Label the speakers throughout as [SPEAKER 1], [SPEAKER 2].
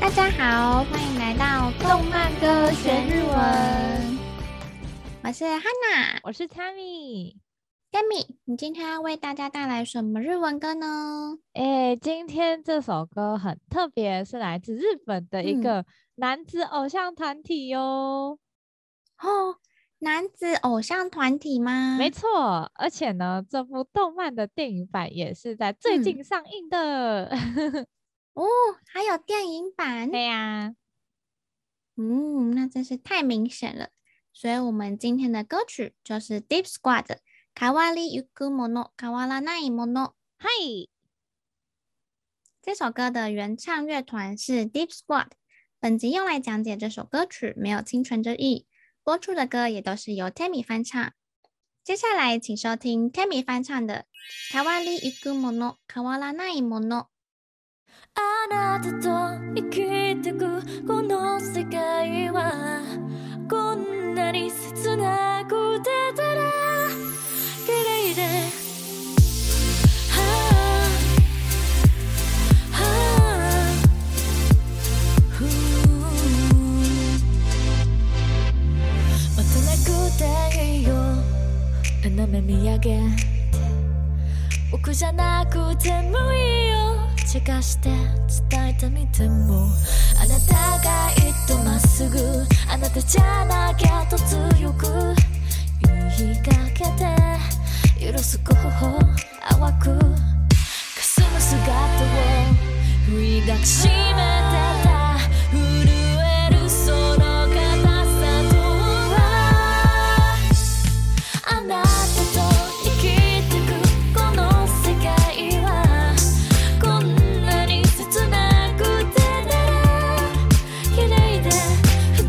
[SPEAKER 1] 大家好，欢迎来到动漫歌学日文。我是 Hanna
[SPEAKER 2] 我是 Tammy。
[SPEAKER 1] Demi，你今天要为大家带来什么日文歌呢？
[SPEAKER 2] 哎，今天这首歌很特别，是来自日本的一
[SPEAKER 1] 嗯
[SPEAKER 2] 个男子偶像团体哟。
[SPEAKER 1] 哦，男子偶像团体吗？
[SPEAKER 2] 没错，而且呢，这部动漫的电影版也是在最
[SPEAKER 1] 嗯
[SPEAKER 2] 近上映的。
[SPEAKER 1] 哦，还有电影版。
[SPEAKER 2] 对呀、
[SPEAKER 1] 嗯，那真是太明显了。所以我们今天的歌曲就是 Deep Squad 的《変わりゆくもの変わらないもの》。
[SPEAKER 2] 嗨，
[SPEAKER 1] 这首歌的原唱乐团是 Deep Squad。本集用来讲解这首歌曲，没有侵权之意。播出的歌也都是由 Tammy 翻唱。接下来，请收听 Tammy 翻唱的《変わりゆくもの変わらないもの
[SPEAKER 3] あなたと生きてくこの世界はこんなに切なくてたら綺麗ではあはあふう待たなくていいよ斜め見上げ奥じゃなくてもいいよちかして伝えてみてもあなたがいっとまっすぐあなたじゃなきゃと強く言いかけて許す頬を淡くくすむ姿を抱きしめてた震えるその硬さとはあなたと生きてくこの世界はこんなに切なくてね綺麗で二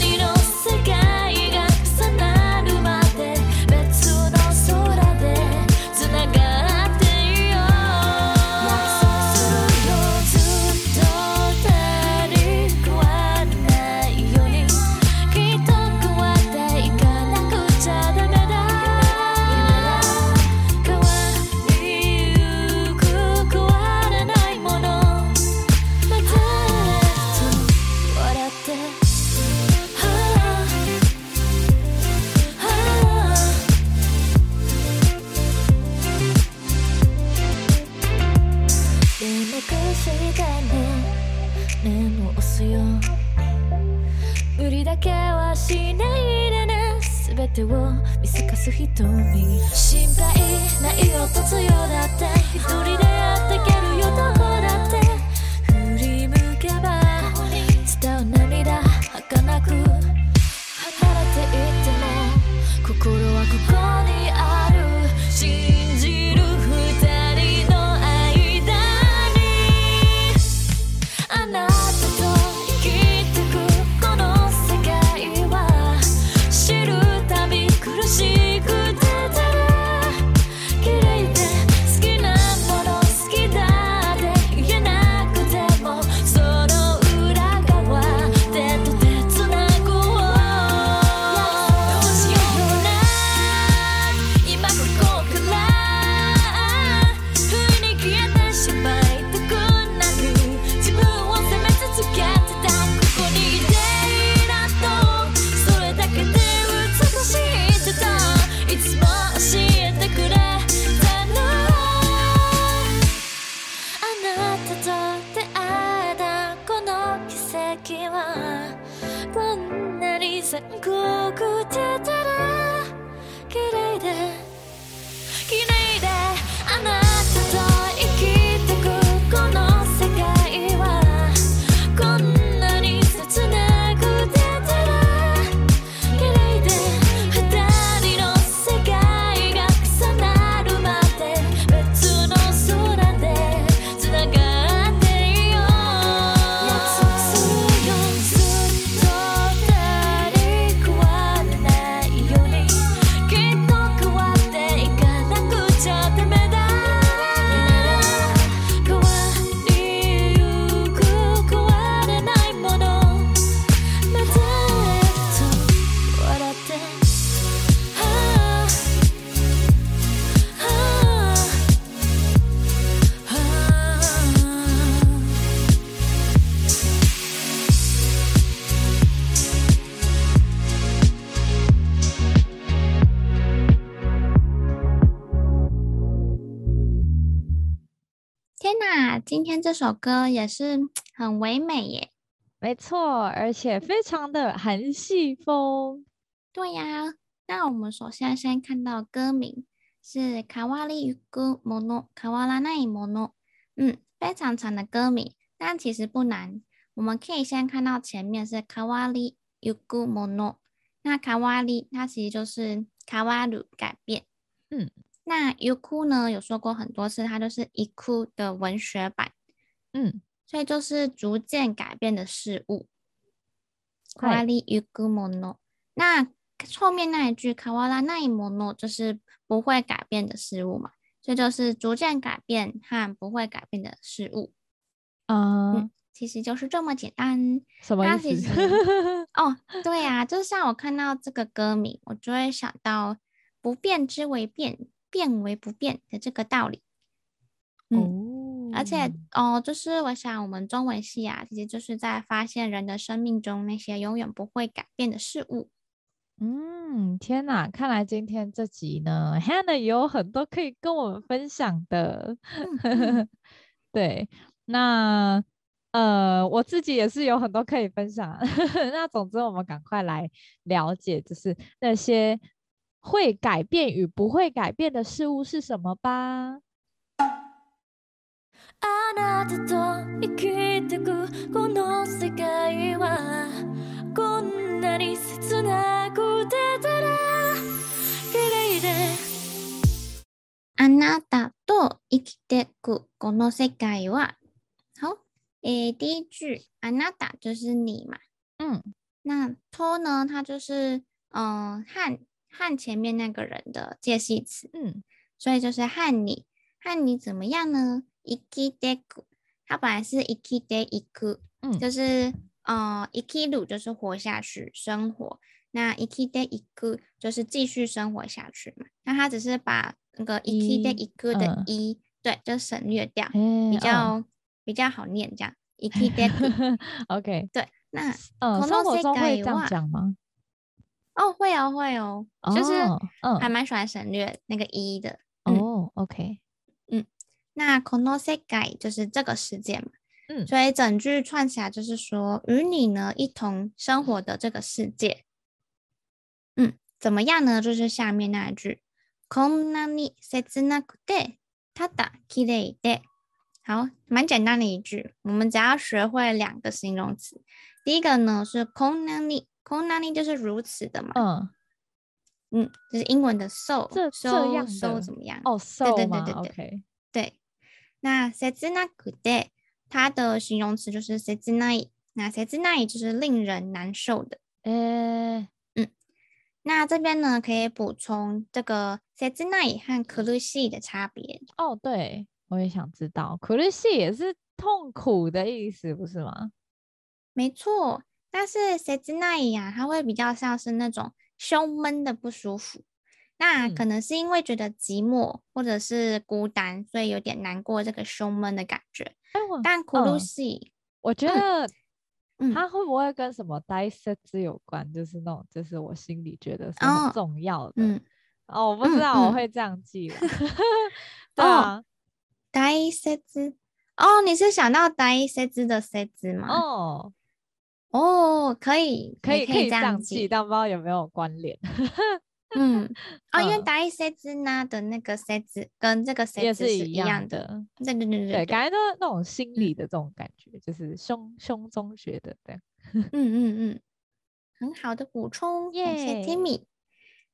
[SPEAKER 3] 人の世界が重なるまで別の空でつながっていよう約束するよずっと二人変わらないようにきっと変わっていかなくちゃダメだ変わりゆく変わらないものまたずっと笑ってはあはあ連絡してねメモ押すよ無理だけはしないでね全てを見透かす瞳心配ないよと強だって一人でやってけるよどこだって振り向けば伝う涙儚く離れていっても心はここにある信じる二人の間にあなたと生きてくこの世界は知るたび苦しくてた綺麗で好きなもの好きだって言えなくてもその裏側手と手つなごうどうしような今ここからふに消えてしまいたくなる自分を責め続けてたここにいていいなとそれだけで美しいってたいつも教えてくれたのあなたと出会えたこの奇跡はこんなに残酷でたら綺麗で綺麗であなたと生きてくこの世界はこんなに切なくてたら綺麗で二人の世界が重なるまで別の空でつながっていよう約束するよずっと二人変わらない
[SPEAKER 1] 天哪，今天这首歌也是很唯美耶。
[SPEAKER 2] 没错，而且非常的韩系风。
[SPEAKER 1] 对呀，那我们首先先看到歌名是《卡瓦里ゆくもの卡瓦拉奈もの》，嗯，非常长的歌名，但其实不难。我们可以先看到前面是卡瓦里ゆくもの，那卡瓦里它其实就是卡瓦鲁改变，
[SPEAKER 2] 嗯，
[SPEAKER 1] 那 yuku 呢有说过很多次，它就是 iku 的文学版，
[SPEAKER 2] 嗯，
[SPEAKER 1] 所以就是逐渐改变的事物。
[SPEAKER 2] 嗨
[SPEAKER 1] 卡瓦里ゆくもの，那后面那一句卡瓦拉那一もの就是不会改变的事物嘛，所以就是逐渐改变和不会改变的事物，
[SPEAKER 2] 啊、
[SPEAKER 1] 其实就是这么简单。
[SPEAKER 2] 什么
[SPEAKER 1] 那
[SPEAKER 2] 意
[SPEAKER 1] 嗯其
[SPEAKER 2] 思？
[SPEAKER 1] 哦，对呀、啊，就像我看到这个歌名，我就会想到“不变之为变，变为不变”的这个道理。
[SPEAKER 2] 哦
[SPEAKER 1] 而且哦，就是我想我们中文系啊，其实就是在发现人的生命中那些永远不会改变的事物。
[SPEAKER 2] 嗯，天哪！看来今天这集呢，Hannah 也有很多可以跟我们分享的。
[SPEAKER 1] 嗯
[SPEAKER 2] 对，那呃，我自己也是有很多可以分享。 那总之，我们赶快来了解，就是那些会改变与不会改变的事物是什么吧。
[SPEAKER 3] あなたと生きてくこの世界はこんなに切なくてたら綺麗で
[SPEAKER 1] あなたと生きてくこの世界は。好，诶，第一句あなた就是你嘛。
[SPEAKER 2] 嗯
[SPEAKER 1] 那 to 呢，它就是嗯、呃和和前面那个人的介系词，
[SPEAKER 2] 嗯
[SPEAKER 1] 所以就是和你和你怎么样呢？iki deku，它本来是 iki de iku，
[SPEAKER 2] 嗯
[SPEAKER 1] 就是呃 iki u 就是活下去生活，那 iki de iku 就是继续生活下去嘛。那它只是把那个 iki de
[SPEAKER 2] 一
[SPEAKER 1] iku 的
[SPEAKER 2] 嗯
[SPEAKER 1] 一、对就省略掉，
[SPEAKER 2] 诶
[SPEAKER 1] 比
[SPEAKER 2] 嗯
[SPEAKER 1] 较、比较好念这样 iki deku。
[SPEAKER 2] OK，
[SPEAKER 1] 对，那
[SPEAKER 2] 呃，
[SPEAKER 1] こ
[SPEAKER 2] 生
[SPEAKER 1] の
[SPEAKER 2] 活
[SPEAKER 1] 世
[SPEAKER 2] 中会
[SPEAKER 1] 界
[SPEAKER 2] 这样
[SPEAKER 1] は
[SPEAKER 2] 讲吗？
[SPEAKER 1] 哦，会哦，会哦，就是
[SPEAKER 2] 哦
[SPEAKER 1] 还
[SPEAKER 2] 嗯
[SPEAKER 1] 蛮喜欢省略那个一的。嗯
[SPEAKER 2] 哦，OK，
[SPEAKER 1] 那 konosekai 就是这个世界嘛，
[SPEAKER 2] 嗯
[SPEAKER 1] 所以整句串起来就是说，与你呢一同生活的这个世界，嗯，怎么样呢？就是下面那一句，こんなに切なくてただ綺麗で。好，蛮简单的一句，我们只要学会两个形容词。第一个呢是 konani，konani 就是如此的嘛，
[SPEAKER 2] 嗯，
[SPEAKER 1] 嗯，就是英文的 so，
[SPEAKER 2] 这这
[SPEAKER 1] so
[SPEAKER 2] 样
[SPEAKER 1] so
[SPEAKER 2] 的
[SPEAKER 1] 怎么样？
[SPEAKER 2] 哦
[SPEAKER 1] 对
[SPEAKER 2] ，so
[SPEAKER 1] 对
[SPEAKER 2] 吗
[SPEAKER 1] 对对
[SPEAKER 2] ？OK，
[SPEAKER 1] 对，那 s e z n a k u d 它的形容词就是 s e z n a 那 s e z n a 就是令人难受的。
[SPEAKER 2] 诶，
[SPEAKER 1] 那这边呢，可以补充这个 s e z n a 和 kurushi 的差别。
[SPEAKER 2] 哦，对，我也想知道苦しい也是痛苦的意思，不是吗？
[SPEAKER 1] 没错，但是 s e z n a 呀，它会比较像是那种胸闷的不舒服。那可能是因为觉得寂寞或者是孤单，所以有点难过这个胸闷的感觉。
[SPEAKER 2] 哎，我
[SPEAKER 1] 但 kurushi，
[SPEAKER 2] 我觉
[SPEAKER 1] 嗯
[SPEAKER 2] 得
[SPEAKER 1] 嗯，
[SPEAKER 2] 它会不会跟什么 d i s e t 有关？就是那种，就是我心里觉得是
[SPEAKER 1] 哦
[SPEAKER 2] 很重要的。
[SPEAKER 1] 嗯，
[SPEAKER 2] 哦，我不知
[SPEAKER 1] 嗯
[SPEAKER 2] 道，我
[SPEAKER 1] 嗯
[SPEAKER 2] 会这 样记啦。对
[SPEAKER 1] 哦
[SPEAKER 2] 啊，
[SPEAKER 1] 大塞子哦，你是想到大塞子的塞子吗？
[SPEAKER 2] 哦，
[SPEAKER 1] 哦，可以，
[SPEAKER 2] 可
[SPEAKER 1] 也
[SPEAKER 2] 以
[SPEAKER 1] 可
[SPEAKER 2] 以
[SPEAKER 1] 这
[SPEAKER 2] 这样记，
[SPEAKER 1] 记。
[SPEAKER 2] 但不知道有没有关联，
[SPEAKER 1] 嗯，哦，因为
[SPEAKER 2] 嗯
[SPEAKER 1] 大塞子呢的那个塞子跟这个塞
[SPEAKER 2] 也
[SPEAKER 1] 子
[SPEAKER 2] 是
[SPEAKER 1] 是
[SPEAKER 2] 一
[SPEAKER 1] 样
[SPEAKER 2] 样
[SPEAKER 1] 的。
[SPEAKER 2] 的。
[SPEAKER 1] 对对对
[SPEAKER 2] 对，
[SPEAKER 1] 对对，
[SPEAKER 2] 感觉都是那种心
[SPEAKER 1] 嗯
[SPEAKER 2] 理的这种感觉，就是胸胸中学的这样。
[SPEAKER 1] 嗯嗯嗯，很好的补充，感谢
[SPEAKER 2] 耶
[SPEAKER 1] Timmy。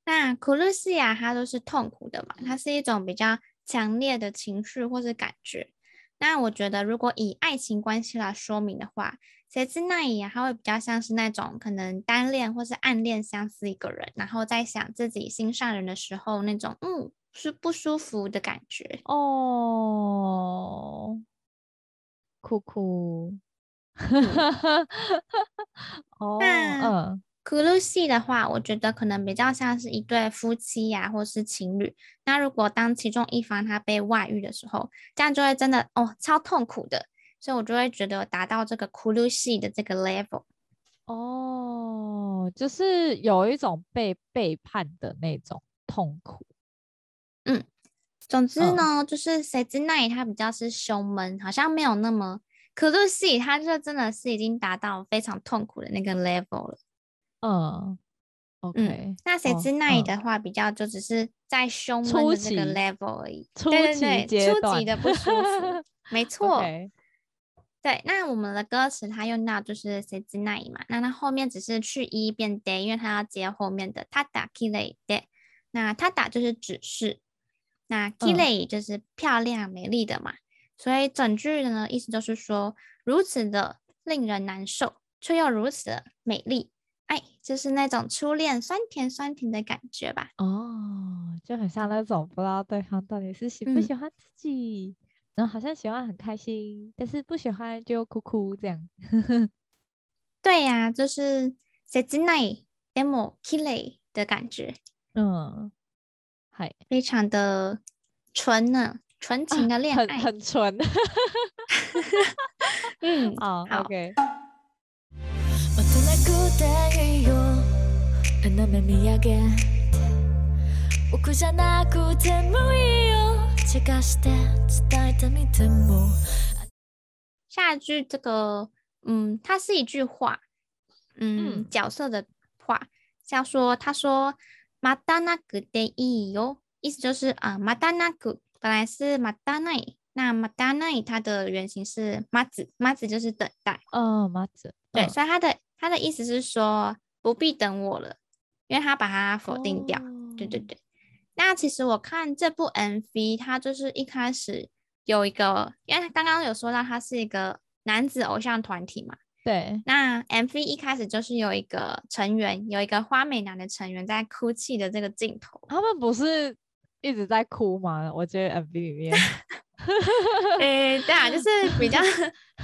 [SPEAKER 1] 那苦鲁西亚它都是痛苦的嘛，它是一种比较强烈的情绪或是感觉。那我觉得，如果以爱情关系来说明的话，谁知那也他会比较像是那种可能单恋或是暗恋相思一个人，然后在想自己心上人的时候那种嗯是不舒服的感觉。
[SPEAKER 2] 哦，酷酷，嗯哦，
[SPEAKER 1] 那
[SPEAKER 2] 嗯，
[SPEAKER 1] 苦鲁系的话，我觉得可能比较像是一对夫妻呀、或是情侣。那如果当其中一方他被外遇的时候，这样就会真的哦超痛苦的。所以我就会觉得达到这个苦鲁系的这个 level。
[SPEAKER 2] 哦，就是有一种被背叛的那种痛苦。
[SPEAKER 1] 总之呢，
[SPEAKER 2] 嗯
[SPEAKER 1] 就是谁之奈他比较是胸闷，好像没有那么可露西，他就真的是已经达到非常痛苦的那个 level 了。
[SPEAKER 2] 嗯，OK，
[SPEAKER 1] 那谁
[SPEAKER 2] 哦
[SPEAKER 1] 之奈
[SPEAKER 2] 嗯
[SPEAKER 1] 的话，比较就只是在胸闷
[SPEAKER 2] 初
[SPEAKER 1] 的这个
[SPEAKER 2] 期
[SPEAKER 1] level 而已，
[SPEAKER 2] 初
[SPEAKER 1] 对
[SPEAKER 2] 期
[SPEAKER 1] 对
[SPEAKER 2] 阶
[SPEAKER 1] 对，初
[SPEAKER 2] 段
[SPEAKER 1] 级的不舒 服，没错。
[SPEAKER 2] OK，
[SPEAKER 1] 对，那我们的歌词他用到就是谁之奈嘛，那他后面只是去一变 day，因为他要接后面的他打 k i l e day，那他打就是指示，那 k i l e 就是漂亮美丽的嘛，所以整句的呢意思就是说如此的令人难受，却又如此的美丽，哎，就是那种初恋酸甜酸甜的感觉吧。
[SPEAKER 2] 哦，就很像那种不知道对方到底是喜不
[SPEAKER 1] 嗯
[SPEAKER 2] 喜欢自己，然后好像喜欢很开心，但是不喜欢就哭哭这样。
[SPEAKER 1] 对呀、就是谁之奈 demo k i l e 的感觉。
[SPEAKER 2] 嗯，嗨，
[SPEAKER 1] 非常的纯呢，纯情的恋
[SPEAKER 2] 啊很
[SPEAKER 1] 爱。
[SPEAKER 2] 很纯
[SPEAKER 1] 嗯，
[SPEAKER 2] 哦
[SPEAKER 1] 好
[SPEAKER 2] OK，
[SPEAKER 3] 大人くていいよ斜め見上げ僕じゃなくてもいいよちかして伝えてみても
[SPEAKER 1] 下一句这个，嗯，它是一句话，嗯，
[SPEAKER 2] 嗯
[SPEAKER 1] 角色的话，像说他说“またなくでいいよ”，意思就是啊，またなく本来是またない，那またない它的原型是まず，まず就是等待，
[SPEAKER 2] 哦，麻子，
[SPEAKER 1] 对，
[SPEAKER 2] 嗯
[SPEAKER 1] 所以它的它的意思是说不必等我了，因为它把它否定掉。对对
[SPEAKER 2] 哦
[SPEAKER 1] 对。那其实我看这部 MV，它就是一开始有一个，因为刚刚有说到它是一个男子偶像团体嘛，
[SPEAKER 2] 对，
[SPEAKER 1] 那 MV 一开始就是有一个成员，有一个花美男的成员在哭泣的这个镜头，
[SPEAKER 2] 他们不是一直在哭吗？我觉得 MV 里面
[SPEAKER 1] 诶、对啊，就是比较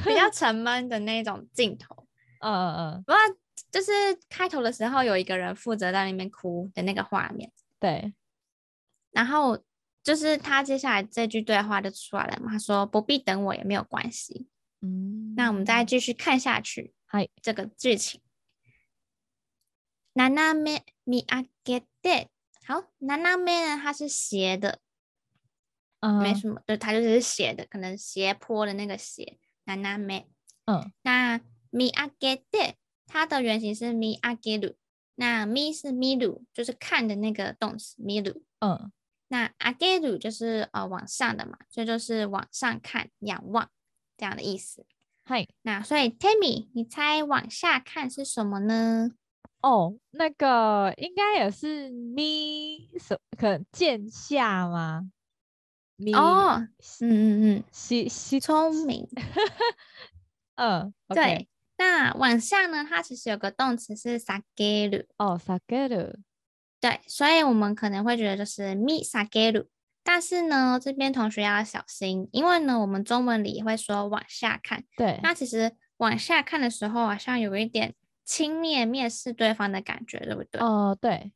[SPEAKER 1] 比较沉闷的那种镜头。
[SPEAKER 2] 嗯，嗯嗯，
[SPEAKER 1] 不过就是开头的时候有一个人负责在那边哭的那个画面。
[SPEAKER 2] 对，
[SPEAKER 1] 然后就是他接下来这句对话就出来了嘛，他说不必等我也没有关系。
[SPEAKER 2] 嗯，
[SPEAKER 1] 那我们再继续看下去
[SPEAKER 2] はい、
[SPEAKER 1] 这个剧情。斜め見上げて，好，斜め呢它是斜的，没
[SPEAKER 2] 嗯
[SPEAKER 1] 什么，就它就是斜的，可能斜坡的那个斜，斜め。
[SPEAKER 2] 嗯
[SPEAKER 1] 那見上げて它的原型是見上げる，那見是見る，就是看的那个动词見る。
[SPEAKER 2] 嗯
[SPEAKER 1] 那阿盖鲁就是呃往上的嘛，所以就是往上看、仰望这样的意思。
[SPEAKER 2] 嗨，
[SPEAKER 1] 那所以 Tammy，你猜往下看是什么呢？
[SPEAKER 2] 哦，那个应该也是咪什，可能剑下吗？咪
[SPEAKER 1] 哦，嗯嗯嗯，
[SPEAKER 2] 西西
[SPEAKER 1] 聪明。
[SPEAKER 2] 嗯，OK，
[SPEAKER 1] 对，那往下呢，它其实有个动词是 s a g e r u
[SPEAKER 2] 哦 s a g e r
[SPEAKER 1] 对，所以我们可能会觉得就是 mi s a g e r u 但是呢，这边同学要小心，因为呢，我们中文里也会说往下看，
[SPEAKER 2] 对，
[SPEAKER 1] 那其实往下看的时候，好像有一点轻蔑、蔑视对方的感觉，对不对？
[SPEAKER 2] 哦对，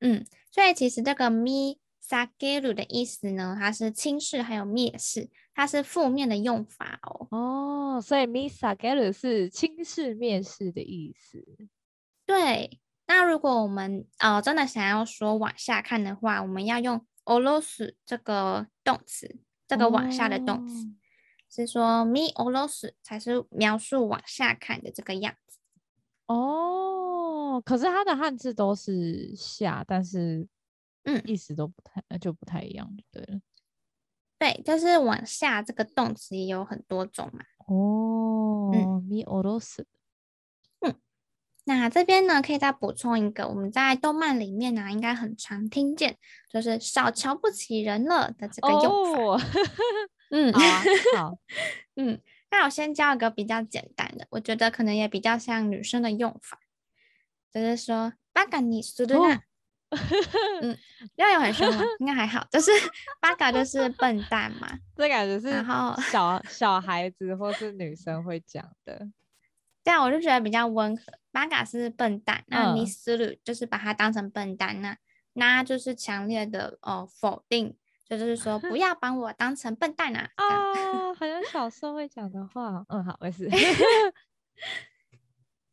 [SPEAKER 1] 嗯，所以其实这个 mi sageru 的意思呢，它是轻视还有蔑视，它是负面的用法哦。
[SPEAKER 2] 哦，所以咪 s a g e r 是轻视蔑视的意思。
[SPEAKER 1] 对，那如果我们呃真的想要说往下看的话，我们要用 oros 这个动词，这个往下的动词、
[SPEAKER 2] 哦
[SPEAKER 1] 是说 mi oros 才是描述往下看的这个样子。
[SPEAKER 2] 哦，可是它的汉字都是下，但是
[SPEAKER 1] 嗯
[SPEAKER 2] 意思都不太呃就不太一样，就对了。
[SPEAKER 1] 对，就是往下这个动词也有很多种嘛。
[SPEAKER 2] 哦，
[SPEAKER 1] 嗯
[SPEAKER 2] 米俄罗斯，
[SPEAKER 1] 那这边呢，可以再补充一个，我们在动漫里面呢、啊应该很常听见，就是“少瞧不起人了”的这个用法。
[SPEAKER 2] 哦，
[SPEAKER 1] 嗯
[SPEAKER 2] 好啊，好，
[SPEAKER 1] 嗯，那我先教一个比较简单的，我觉得可能也比较像女生的用法，就是说“巴嘎你苏对
[SPEAKER 2] 哦
[SPEAKER 1] 娜”，嗯，要有很凶 吗？应该还好，就是 “巴嘎”就是笨蛋嘛，
[SPEAKER 2] 这感觉是
[SPEAKER 1] 然后
[SPEAKER 2] 小小孩子或是女生会讲的。
[SPEAKER 1] 这样我就觉得比较温和。巴嘎是笨蛋，那
[SPEAKER 2] 嗯
[SPEAKER 1] 你思路就是把它当成笨蛋，那那就是强烈的呃否定，所以就是说 不要把我当成笨蛋啊。 这样
[SPEAKER 2] 啊，好像小时候会讲的话。嗯，好，没 事。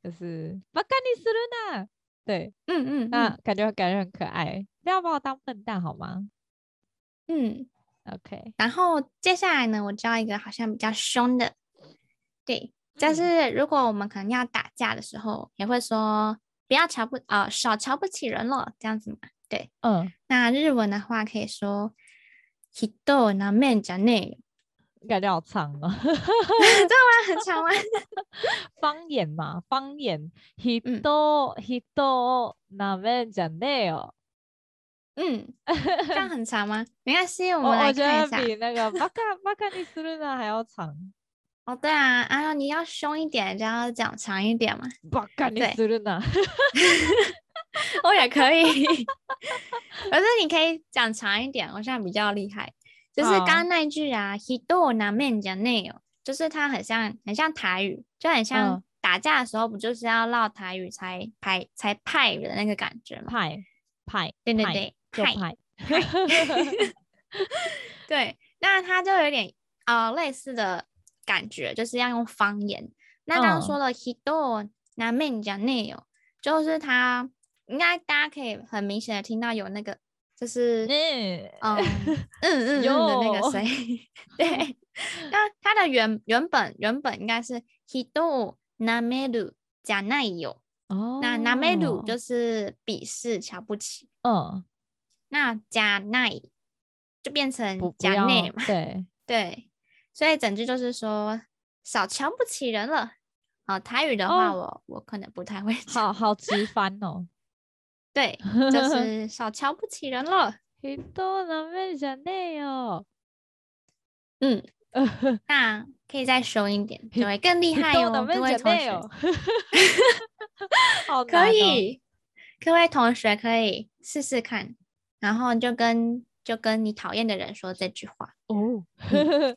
[SPEAKER 2] 就是バカにするな。对，
[SPEAKER 1] 嗯嗯
[SPEAKER 2] 那
[SPEAKER 1] 嗯
[SPEAKER 2] 感觉感觉很可爱。不要把我当笨蛋好吗？
[SPEAKER 1] 嗯，
[SPEAKER 2] OK，
[SPEAKER 1] 然后接下来呢，我教一个好像比较凶的，对，但
[SPEAKER 2] 嗯
[SPEAKER 1] 是如果我们可能要打架的时候，也会说不要瞧不呃少瞧不起人了这样子嘛。
[SPEAKER 2] 嗯，
[SPEAKER 1] 那日文的话可以说 “hito na men
[SPEAKER 2] 感觉好长哦。
[SPEAKER 1] 很长吗？
[SPEAKER 2] 方言嘛，方言。
[SPEAKER 1] 嗯
[SPEAKER 2] 人、人、なめんじゃねえよ。
[SPEAKER 1] 嗯，这样很长吗？没关系，我
[SPEAKER 2] 我
[SPEAKER 1] 们
[SPEAKER 2] 我
[SPEAKER 1] 来
[SPEAKER 2] 觉
[SPEAKER 1] 看
[SPEAKER 2] 得
[SPEAKER 1] 一下。
[SPEAKER 2] 比那个巴卡巴卡尼斯ルナ还要长。
[SPEAKER 1] 哦，对啊，然后你要凶一点，就要讲长一点嘛。
[SPEAKER 2] 巴卡尼
[SPEAKER 1] 对
[SPEAKER 2] 斯ルナ。
[SPEAKER 1] 我也 可以，可是你可以讲长一点，我现在比较厉害。就是刚
[SPEAKER 2] 好
[SPEAKER 1] 刚那一句啊，“hido na men j a n e o 就是它很像很像台语，就很像
[SPEAKER 2] 嗯
[SPEAKER 1] 打架的时候不就是要唠台语才派才派的那个感觉嘛？
[SPEAKER 2] 派派，
[SPEAKER 1] 对对
[SPEAKER 2] 派
[SPEAKER 1] 对，
[SPEAKER 2] 就
[SPEAKER 1] 派
[SPEAKER 2] 派。
[SPEAKER 1] 对，那它就有点呃类似的感觉，就是要用方言。那刚刚
[SPEAKER 2] 嗯
[SPEAKER 1] 说的 hido na men j a n e o 就是它应该大家可以很明显的听到有那个就是
[SPEAKER 2] 嗯
[SPEAKER 1] 嗯嗯嗯嗯的那个
[SPEAKER 2] 哟
[SPEAKER 1] 谁， 对，那它的原原本原本应该是 hido nameru 假奈友，
[SPEAKER 2] 哦，
[SPEAKER 1] 那 nameru 就是鄙视、瞧不起，
[SPEAKER 2] 嗯，
[SPEAKER 1] 那假奈就变成
[SPEAKER 2] 不不
[SPEAKER 1] 假
[SPEAKER 2] 要
[SPEAKER 1] 内嘛，
[SPEAKER 2] 对，
[SPEAKER 1] 对，所以整句就是说少瞧不起人了。哦，台语的话我，我可能不太会讲，
[SPEAKER 2] 哦好好直翻哦。
[SPEAKER 1] 对，就是少瞧不起人了。
[SPEAKER 2] 人、なめんじゃねえよ。
[SPEAKER 1] 嗯，那可以再凶一点，就会更厉害
[SPEAKER 2] 人、な
[SPEAKER 1] 哦，
[SPEAKER 2] め
[SPEAKER 1] 各
[SPEAKER 2] ん
[SPEAKER 1] 位
[SPEAKER 2] じゃ
[SPEAKER 1] 同
[SPEAKER 2] ねえ
[SPEAKER 1] 学。
[SPEAKER 2] よ。好难
[SPEAKER 1] 可
[SPEAKER 2] 哦，
[SPEAKER 1] 以，各位同学可以试试看，然后就跟就跟你讨厌的人说这句话嗯
[SPEAKER 2] 哦，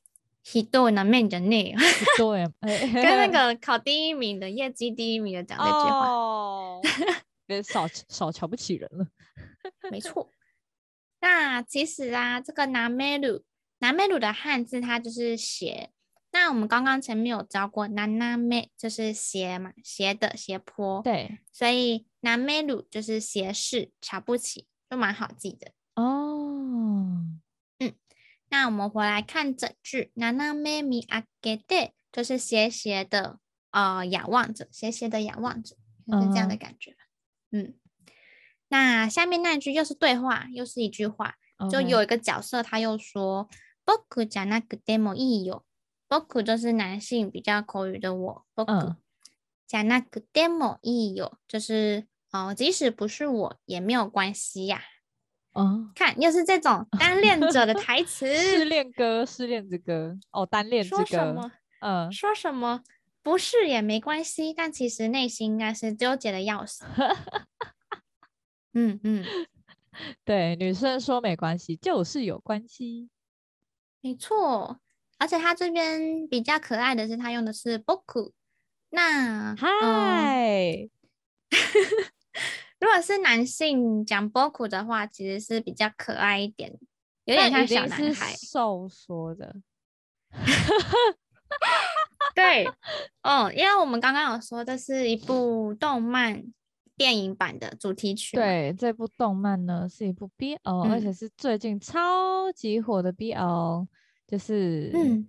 [SPEAKER 1] ，hido na men j a n e
[SPEAKER 2] 对， 跟
[SPEAKER 1] 跟那个考第一名的业绩第一名的讲这句话，
[SPEAKER 2] 哦，别少少瞧不起人了。
[SPEAKER 1] 没错。那其实啊，这个 nameru nameru 的汉字它就是斜，那我们刚刚前面有教过 naname 就是斜嘛，斜的斜坡，
[SPEAKER 2] 对，
[SPEAKER 1] 所以 nameru 就是斜视，瞧不起，就蛮好记的。
[SPEAKER 2] 哦，
[SPEAKER 1] 那我们回来看整句，ナナメミアゲデ就是斜斜的呃仰望着，斜斜的仰望着，就是这样的
[SPEAKER 2] 嗯
[SPEAKER 1] 感觉。嗯，那下面那句又是对话，又是一句话，就
[SPEAKER 2] OK
[SPEAKER 1] 有一个角色他又说僕じゃなくてもいいよ。僕就是男性比较口语的我，僕、
[SPEAKER 2] 嗯
[SPEAKER 1] じゃなくてもいいよ，就是哦、呃即使不是我也没有关系呀、
[SPEAKER 2] 哦，
[SPEAKER 1] 看，又是这 种单恋者的台词。
[SPEAKER 2] 失恋歌，失恋之歌，哦，单恋之
[SPEAKER 1] 说什
[SPEAKER 2] 歌
[SPEAKER 1] 么，？
[SPEAKER 2] 嗯，
[SPEAKER 1] 说什么？不是也没关系，但其实内心应该是纠结的要 死。嗯嗯，
[SPEAKER 2] 对，女生说没关系，就是有关系。
[SPEAKER 1] 没错。而且他这边比较可爱的是，他用的是 boku。那嗯，
[SPEAKER 2] 嗨，
[SPEAKER 1] 如果是男性讲 boku 的话，其实是比较可爱一点，有点像
[SPEAKER 2] 但一
[SPEAKER 1] 小
[SPEAKER 2] 定是
[SPEAKER 1] 男孩。
[SPEAKER 2] 瘦说的，
[SPEAKER 1] 对，嗯，因为我们刚刚有说这是一部动漫电影版的主题曲嘛。
[SPEAKER 2] 对，这部动漫呢是一部 BL，、而且
[SPEAKER 1] 嗯
[SPEAKER 2] 是最近超级火的 BL，就是，
[SPEAKER 1] 嗯，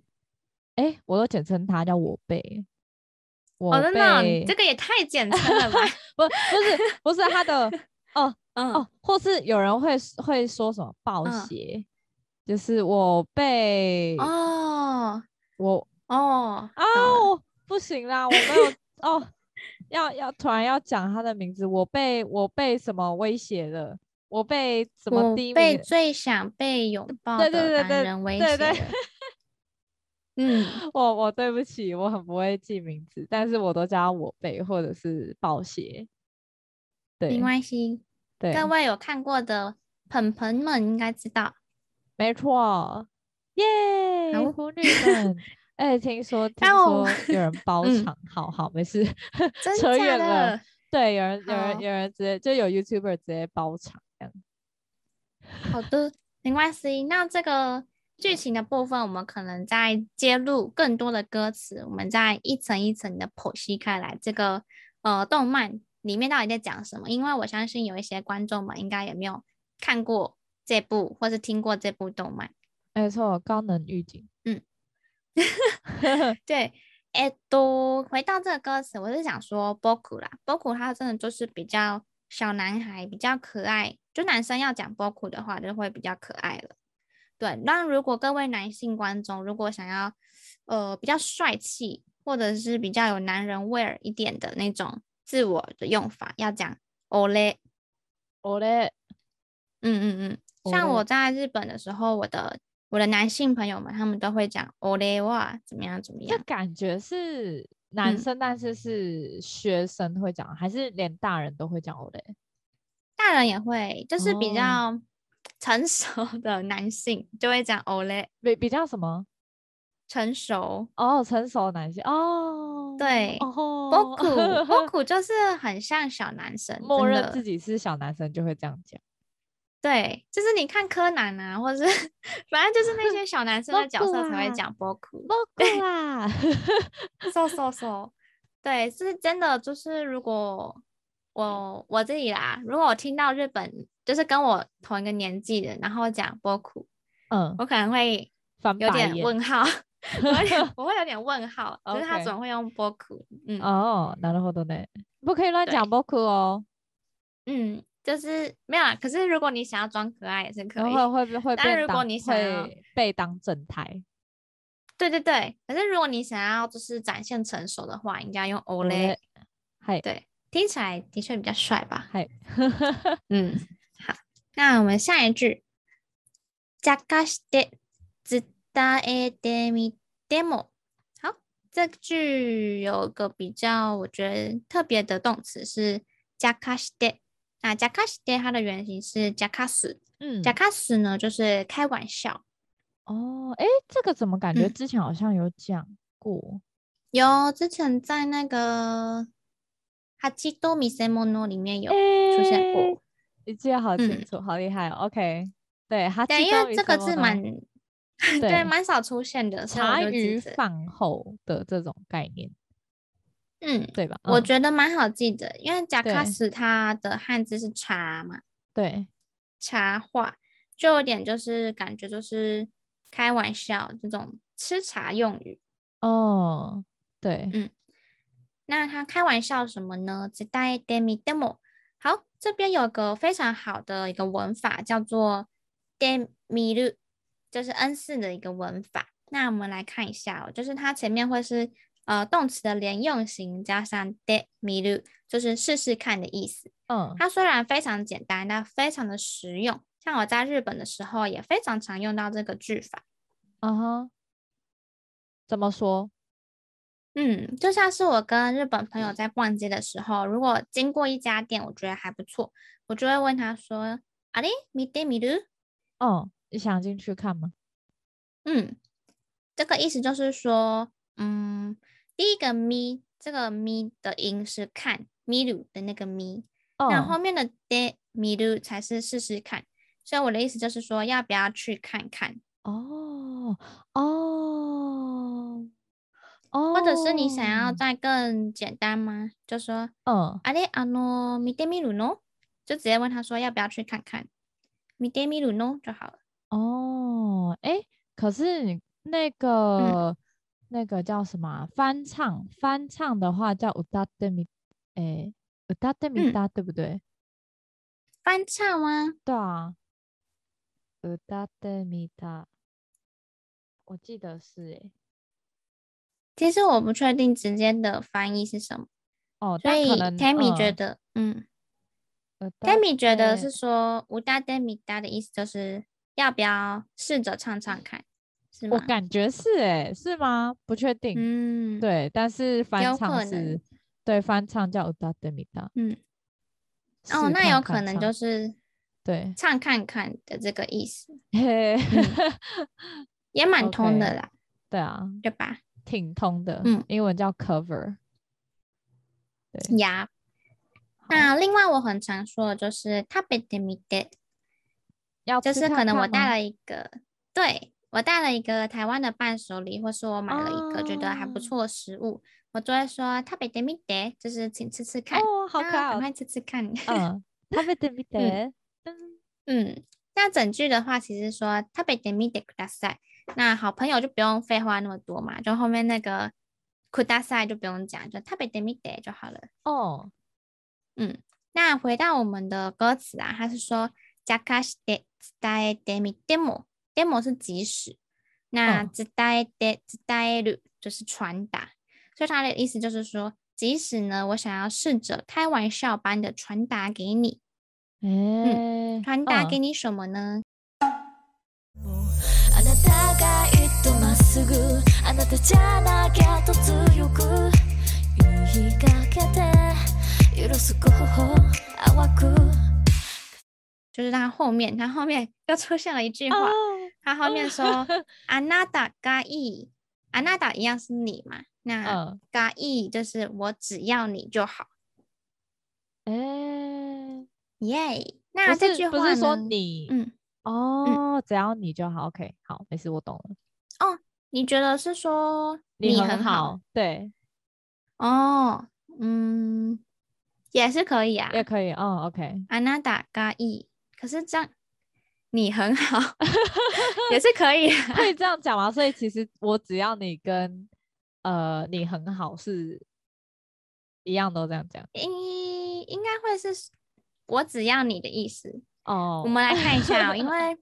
[SPEAKER 2] 哎、我都简称它叫我被，我
[SPEAKER 1] 哦，真的哦，你
[SPEAKER 2] 被
[SPEAKER 1] 这个也太简称 了吧？
[SPEAKER 2] 不不是不是 它的哦
[SPEAKER 1] 嗯，
[SPEAKER 2] 哦，或是有人会会说什么暴
[SPEAKER 1] 嗯
[SPEAKER 2] 血，就是我被、
[SPEAKER 1] 哦
[SPEAKER 2] 我
[SPEAKER 1] 哦
[SPEAKER 2] 啊、我不行啦，我没有哦，要要突然要讲他的名字，我被我被什么威胁了，我被怎么
[SPEAKER 1] 我
[SPEAKER 2] 低
[SPEAKER 1] 被
[SPEAKER 2] 迷了
[SPEAKER 1] 最想被拥抱
[SPEAKER 2] 对对
[SPEAKER 1] 的
[SPEAKER 2] 对
[SPEAKER 1] 男
[SPEAKER 2] 对
[SPEAKER 1] 人威胁
[SPEAKER 2] 对对
[SPEAKER 1] 了。嗯，
[SPEAKER 2] 我我对不起，我很不会记名字，但是我都叫他我被或者是暴血， 对
[SPEAKER 1] 没关系，
[SPEAKER 2] 对，
[SPEAKER 1] 各位有看过的朋朋们应该知道。
[SPEAKER 2] 没错，耶！
[SPEAKER 1] 好
[SPEAKER 2] 腐女 们，哎、听说听
[SPEAKER 1] 那我
[SPEAKER 2] 说有人包
[SPEAKER 1] 嗯
[SPEAKER 2] 场，好好没事，
[SPEAKER 1] 真
[SPEAKER 2] 扯
[SPEAKER 1] 假
[SPEAKER 2] 远了
[SPEAKER 1] 的。
[SPEAKER 2] 对，有人有人
[SPEAKER 1] 好
[SPEAKER 2] 有人直接就有 YouTuber 直接包场这样。
[SPEAKER 1] 好的，没关系。那这个剧情的部分，我们可能再揭露更多的歌词，我们再一层一层的剖析开来。这个呃，动漫里面到底在讲什么？因为我相信有一些观众们应该也没有看过这部或是听过这部动漫。
[SPEAKER 2] 没错，高能预警。
[SPEAKER 1] 嗯对，えっと，回到这个歌词，我是想说 boku 啦，boku 它真的就是比较小男孩，比较可爱。就男生要讲 boku 的话，就会比较可爱了。对，那如果各位男性观众如果想要呃比较帅气，或者是比较有男人味儿一点的那种自我的用法，要讲 ole。
[SPEAKER 2] 我嘞，
[SPEAKER 1] 嗯嗯嗯，像我在日本的时候，我的我的男性朋友们，他们都会讲 “ole wa” 怎么样怎么
[SPEAKER 2] 这
[SPEAKER 1] 样。
[SPEAKER 2] 感觉是
[SPEAKER 1] 嗯
[SPEAKER 2] 男生，但是是学生会讲，还是连大人都会讲我嘞？
[SPEAKER 1] 大人也会，就是比
[SPEAKER 2] 哦
[SPEAKER 1] 较 成熟的男性就会讲 “ole”，
[SPEAKER 2] 比比较什么？
[SPEAKER 1] 成熟。
[SPEAKER 2] 哦，成熟男性哦，
[SPEAKER 1] 对
[SPEAKER 2] 哦
[SPEAKER 1] boku boku 就是很像小男生，
[SPEAKER 2] 默
[SPEAKER 1] 真
[SPEAKER 2] 认
[SPEAKER 1] 的
[SPEAKER 2] 自己是小男生就会这样讲。
[SPEAKER 1] 对，就是你看柯南啊，或者是 反正就是那些小男 生的角
[SPEAKER 2] boku
[SPEAKER 1] 色才
[SPEAKER 2] 啊
[SPEAKER 1] 会讲 boku。
[SPEAKER 2] 包 括啦，
[SPEAKER 1] so so so，对， 是真的。就是如果我我自己啦，如果我听到日本就是跟我同一个年纪的，然后讲波库，
[SPEAKER 2] 嗯，
[SPEAKER 1] 我可能会
[SPEAKER 2] 翻
[SPEAKER 1] 有
[SPEAKER 2] 白
[SPEAKER 1] 点
[SPEAKER 2] 眼
[SPEAKER 1] 问 号，我有点我会有点问号，就是他
[SPEAKER 2] OK
[SPEAKER 1] 怎么会用波库？嗯、
[SPEAKER 2] 哦，なるほどね。不可以乱
[SPEAKER 1] 对
[SPEAKER 2] 讲包括哦，
[SPEAKER 1] 嗯，就是没有啦。可是如果你想要装可爱也是可
[SPEAKER 2] 然
[SPEAKER 1] 以，
[SPEAKER 2] 后会不会
[SPEAKER 1] 但
[SPEAKER 2] 被
[SPEAKER 1] 如果
[SPEAKER 2] 当
[SPEAKER 1] 你想要
[SPEAKER 2] 会被当正太
[SPEAKER 1] 对对对。可是如果你想要就是展现成熟的话，应该用 o
[SPEAKER 2] 我
[SPEAKER 1] l
[SPEAKER 2] 嘞
[SPEAKER 1] e
[SPEAKER 2] 嗨
[SPEAKER 1] 对，听起来的确比较帅吧。
[SPEAKER 2] 嗨，
[SPEAKER 1] 嗯，好，那我们下一句，加かして伝えてみても。好，这句有个比较我觉得特别的动词是加かして。那加かして它的原型是加かす，
[SPEAKER 2] 嗯
[SPEAKER 1] 加かす呢就是开玩笑。
[SPEAKER 2] 哦，哎，这个怎么感觉
[SPEAKER 1] 嗯
[SPEAKER 2] 之前好像有讲过？
[SPEAKER 1] 有之前在那个哈基多米セモノ里面
[SPEAKER 2] 哎
[SPEAKER 1] 有出现
[SPEAKER 2] 诶
[SPEAKER 1] 过，，
[SPEAKER 2] 你记得好
[SPEAKER 1] 嗯
[SPEAKER 2] 清楚，好厉害哦。OK，对，哈
[SPEAKER 1] 对，因
[SPEAKER 2] 基多
[SPEAKER 1] 为
[SPEAKER 2] 米
[SPEAKER 1] 这
[SPEAKER 2] 什
[SPEAKER 1] 个
[SPEAKER 2] 么
[SPEAKER 1] 字
[SPEAKER 2] 呢
[SPEAKER 1] 蛮 对
[SPEAKER 2] 对
[SPEAKER 1] 蛮少出现的，所以我
[SPEAKER 2] 茶
[SPEAKER 1] 就记
[SPEAKER 2] 余
[SPEAKER 1] 着
[SPEAKER 2] 饭后的这种概念，
[SPEAKER 1] 嗯，
[SPEAKER 2] 对吧？
[SPEAKER 1] 我
[SPEAKER 2] 嗯
[SPEAKER 1] 觉得蛮好记的，因为贾卡
[SPEAKER 2] 对
[SPEAKER 1] 斯它的汉字是茶嘛，
[SPEAKER 2] 对，
[SPEAKER 1] 茶话就有点就是感觉就是开玩笑这种吃茶用语。
[SPEAKER 2] 哦，对，
[SPEAKER 1] 那他开玩笑什么呢？只带 demi demo。好，这边有个非常好的一个文法叫做 demi lu，就是 N 四的一个文法。那我们来看一下哦，就是它前面会是呃动词的连用型加上 demi lu，就是试试看的意思。
[SPEAKER 2] 嗯，
[SPEAKER 1] 它虽然非常简单，但非常的实用。像我在日本的时候，也非常常用到这个句法。
[SPEAKER 2] 啊哈，怎么说？
[SPEAKER 1] 嗯，就像是我跟日本朋友在逛街的时候，如果经过一家店，我觉得还不错，我就会问他说：“あれ、見てみる？”
[SPEAKER 2] 哦，你想进去看吗？
[SPEAKER 1] 嗯，这个意思就是说，嗯，第一个咪这个咪的音是看咪鲁的那个咪，
[SPEAKER 2] 哦，
[SPEAKER 1] 那后面的 de 咪鲁才是试试看。所以我的意思就是说，要不要去看看？
[SPEAKER 2] 哦哦哦，
[SPEAKER 1] 或者是你想要再更简单吗？就说啊
[SPEAKER 2] 嗯
[SPEAKER 1] あれあの見てみるの，就直接问他说要不要去看看，見てみるの就好了。
[SPEAKER 2] 哦，诶，可是你
[SPEAKER 1] 嗯
[SPEAKER 2] 那个、那个叫什么啊、翻唱？翻唱的话叫 “utatemi”，诶 u t a t e m i
[SPEAKER 1] 嗯
[SPEAKER 2] 对不对？
[SPEAKER 1] 翻唱吗？
[SPEAKER 2] 对啊 u t a t e m i 我记得是欸诶、
[SPEAKER 1] 其实我不确定直接的翻译是什么，
[SPEAKER 2] 哦，
[SPEAKER 1] 所
[SPEAKER 2] 但
[SPEAKER 1] 以
[SPEAKER 2] 可能呃
[SPEAKER 1] Tammy 觉得，嗯，Tammy 觉得是说无大 Tammy 大的意思就是要不要试着唱唱看，是
[SPEAKER 2] 我
[SPEAKER 1] 吗？
[SPEAKER 2] 感觉是诶、是吗？不确定。
[SPEAKER 1] 嗯，，
[SPEAKER 2] 对，但是
[SPEAKER 1] 有
[SPEAKER 2] 翻唱
[SPEAKER 1] 可能
[SPEAKER 2] 是，对，翻唱叫 “utatemi”。
[SPEAKER 1] 嗯，哦，那
[SPEAKER 2] 试看
[SPEAKER 1] 有
[SPEAKER 2] 翻
[SPEAKER 1] 可能
[SPEAKER 2] 唱
[SPEAKER 1] 就是
[SPEAKER 2] 对，
[SPEAKER 1] 唱看看的这个意思，嗯
[SPEAKER 2] 嘿，
[SPEAKER 1] 也蛮通的
[SPEAKER 2] OK
[SPEAKER 1] 啦，
[SPEAKER 2] 对啊，
[SPEAKER 1] 对吧？
[SPEAKER 2] 挺通的，
[SPEAKER 1] 嗯
[SPEAKER 2] 英文叫 cover。对，
[SPEAKER 1] 呀、那另外我很常说的就是食べてみて，
[SPEAKER 2] 要
[SPEAKER 1] 就
[SPEAKER 2] 吃
[SPEAKER 1] 是可
[SPEAKER 2] 看
[SPEAKER 1] 能我
[SPEAKER 2] 看
[SPEAKER 1] 带
[SPEAKER 2] 吗
[SPEAKER 1] 了一个，对我带了一个台湾的伴手礼，或是我买了一个觉得还不
[SPEAKER 2] 哦
[SPEAKER 1] 错的食物，我就会说食べてみて，就是请吃吃看，
[SPEAKER 2] 哦，好
[SPEAKER 1] 啊
[SPEAKER 2] 可爱
[SPEAKER 1] 赶
[SPEAKER 2] 哦，
[SPEAKER 1] 快吃吃看。
[SPEAKER 2] 嗯，食べてみて，嗯
[SPEAKER 1] 嗯，那整句的话，其实说食べてみてください。那好朋友就不用废话那么多嘛，就后面那个ください就不用讲，就食べてみて就好了。
[SPEAKER 2] 哦，
[SPEAKER 1] 嗯，那回到我们的歌词啊，它是说じゃかして伝えてみても，demo 是即使，那
[SPEAKER 2] 嗯
[SPEAKER 1] 伝えて伝える就是传达，所以它的意思就是说，即使呢，我想要试着开玩笑般的传达给你，
[SPEAKER 2] 哎、
[SPEAKER 1] 嗯传达
[SPEAKER 2] 嗯
[SPEAKER 1] 给你什么呢？
[SPEAKER 3] あなたが言っとまっすぐあなたじゃなきゃと強く言いかけて許す方法淡く
[SPEAKER 1] 就是它后面，它后面又出现了一句话，
[SPEAKER 2] 啊
[SPEAKER 1] 它后面 说あなたがいい，あなた一样是你嘛，那
[SPEAKER 2] 嗯，
[SPEAKER 1] がいい就是我只要你就好。
[SPEAKER 2] 哎、
[SPEAKER 1] 耶！
[SPEAKER 2] 不
[SPEAKER 1] 那
[SPEAKER 2] 是
[SPEAKER 1] 这句
[SPEAKER 2] 不
[SPEAKER 1] 话
[SPEAKER 2] 是说
[SPEAKER 1] 呢
[SPEAKER 2] 你、
[SPEAKER 1] 嗯，
[SPEAKER 2] 哦，只要你就好，OK，好，没事，我懂了，
[SPEAKER 1] 你觉得是说
[SPEAKER 2] 很
[SPEAKER 1] 很
[SPEAKER 2] 好，对，
[SPEAKER 1] 哦？嗯，也是可以啊。
[SPEAKER 2] 也可以，哦，OK，
[SPEAKER 1] あなたがいい，可是这样你很好 也是可以啊、
[SPEAKER 2] 可以这样讲吗？所以其实我只要你跟呃你很好是一样，都这样讲
[SPEAKER 1] 应应该会是我只要你的意思。
[SPEAKER 2] 哦。
[SPEAKER 1] 我们来看一下、哦，因 为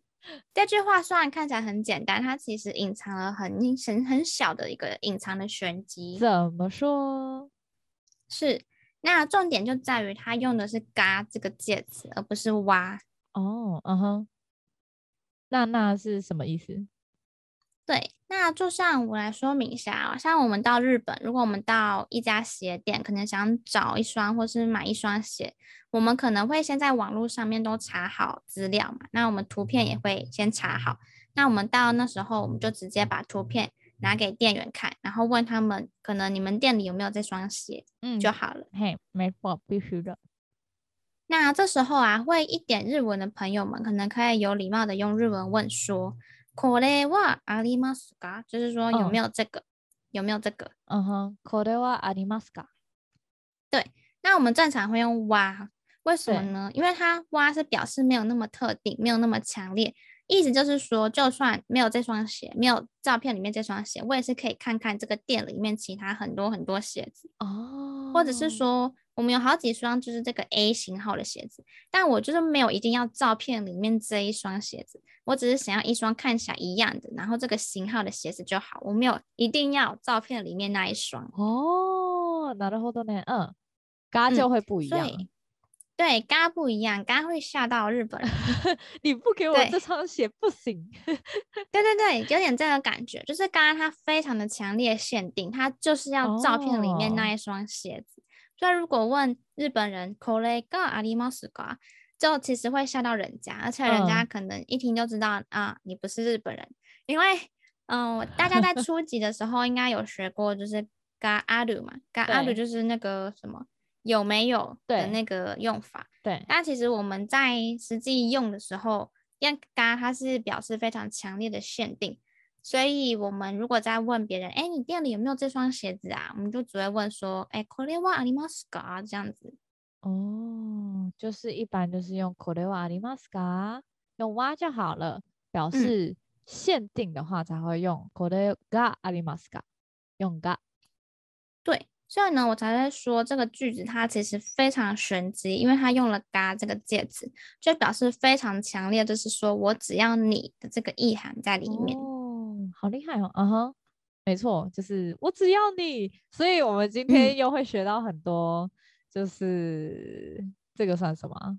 [SPEAKER 1] 这句话虽然看起来很简单，它其实隐藏了很很很小的一个隐藏的玄机。
[SPEAKER 2] 怎么说？
[SPEAKER 1] 是，那重点就在于它用的是“嘎”这个介词，而不是“哇
[SPEAKER 2] 哦，嗯哼，那那是什么意思？”。
[SPEAKER 1] 对，那就像我来说明一下、哦，像我们到日本，如果我们到一家鞋店，可能想找一双或是买一双鞋，我们可能会先在网络上面都查好资料嘛，那我们图片也会先查好。那我们到那时候，我们就直接把图片拿给店员看，然后问他们，可能你们店里有没有这双鞋
[SPEAKER 2] 嗯
[SPEAKER 1] 就好了。
[SPEAKER 2] 嘿，没错，必须的。
[SPEAKER 1] 那这时候啊，会一点日文的朋友们，可能可以有礼貌的用日文问说これはありますか？”就是说有
[SPEAKER 2] 嗯
[SPEAKER 1] 没有这个，有没有这个？
[SPEAKER 2] 嗯哼，これはありますか？
[SPEAKER 1] 那我们正常会用哇，为什么
[SPEAKER 2] 对
[SPEAKER 1] 呢？因为它哇是表示没有那么特定，没有那么强烈，意思就是说，就算没有这双鞋，没有照片里面这双鞋，我也是可以看看这个店里面其他很多很多鞋子。
[SPEAKER 2] 哦，
[SPEAKER 1] 或者是说我们有好几双就是这个 A 型号的鞋子，但我就是没有一定要照片里面这一双鞋子，我只是想要一双看起来一样的，然后这个型号的鞋子就好，我没有一定要照片里面那一双，
[SPEAKER 2] 哦，なるほどね。嗯，嘎
[SPEAKER 1] 嗯
[SPEAKER 2] 就会不一
[SPEAKER 1] 所
[SPEAKER 2] 样。啊
[SPEAKER 1] 以。对，嘎不一样，嘎会吓到日本人。
[SPEAKER 2] 你不给我
[SPEAKER 1] 对
[SPEAKER 2] 这双鞋不行。
[SPEAKER 1] 对对对，有点这个感觉，就是嘎它非常的强烈限定，它就是要照片里面那
[SPEAKER 2] 哦
[SPEAKER 1] 一双鞋子。所以如果问日本人 “collega alimasu ga”，就其实会吓到人家，而且人家
[SPEAKER 2] 嗯
[SPEAKER 1] 可能一听就知道、啊，你不是日本人，因为嗯，我大家 在初级的时候应该有学过，就是嘎阿鲁嘛，嘎阿鲁
[SPEAKER 2] 对
[SPEAKER 1] 就是那个什么有没有的
[SPEAKER 2] 对
[SPEAKER 1] 那个用法。
[SPEAKER 2] 对，
[SPEAKER 1] 但其实我们在实际用的时候，样嘎它是表示非常强烈的限定，所以我们如果在问别人，哎，你店里有没有这双鞋子啊？我们就只会问说，哎これはありますか？这样子。
[SPEAKER 2] 哦，就是一般就是用これはありますか，用哇就好了。表
[SPEAKER 1] 嗯
[SPEAKER 2] 示限定的话才会用これがありますか，用が。
[SPEAKER 1] 对，所以呢，我才会说这个句子它其实非常玄机，因为它用了“嘎”这个介词，就表示非常强烈，就是说我只要你的这个意涵在里面。
[SPEAKER 2] 哦，好厉害哦！嗯哼，没错，就是我只要你，所以我们
[SPEAKER 1] 嗯
[SPEAKER 2] 今天又会学到很多，就是这个算什么啊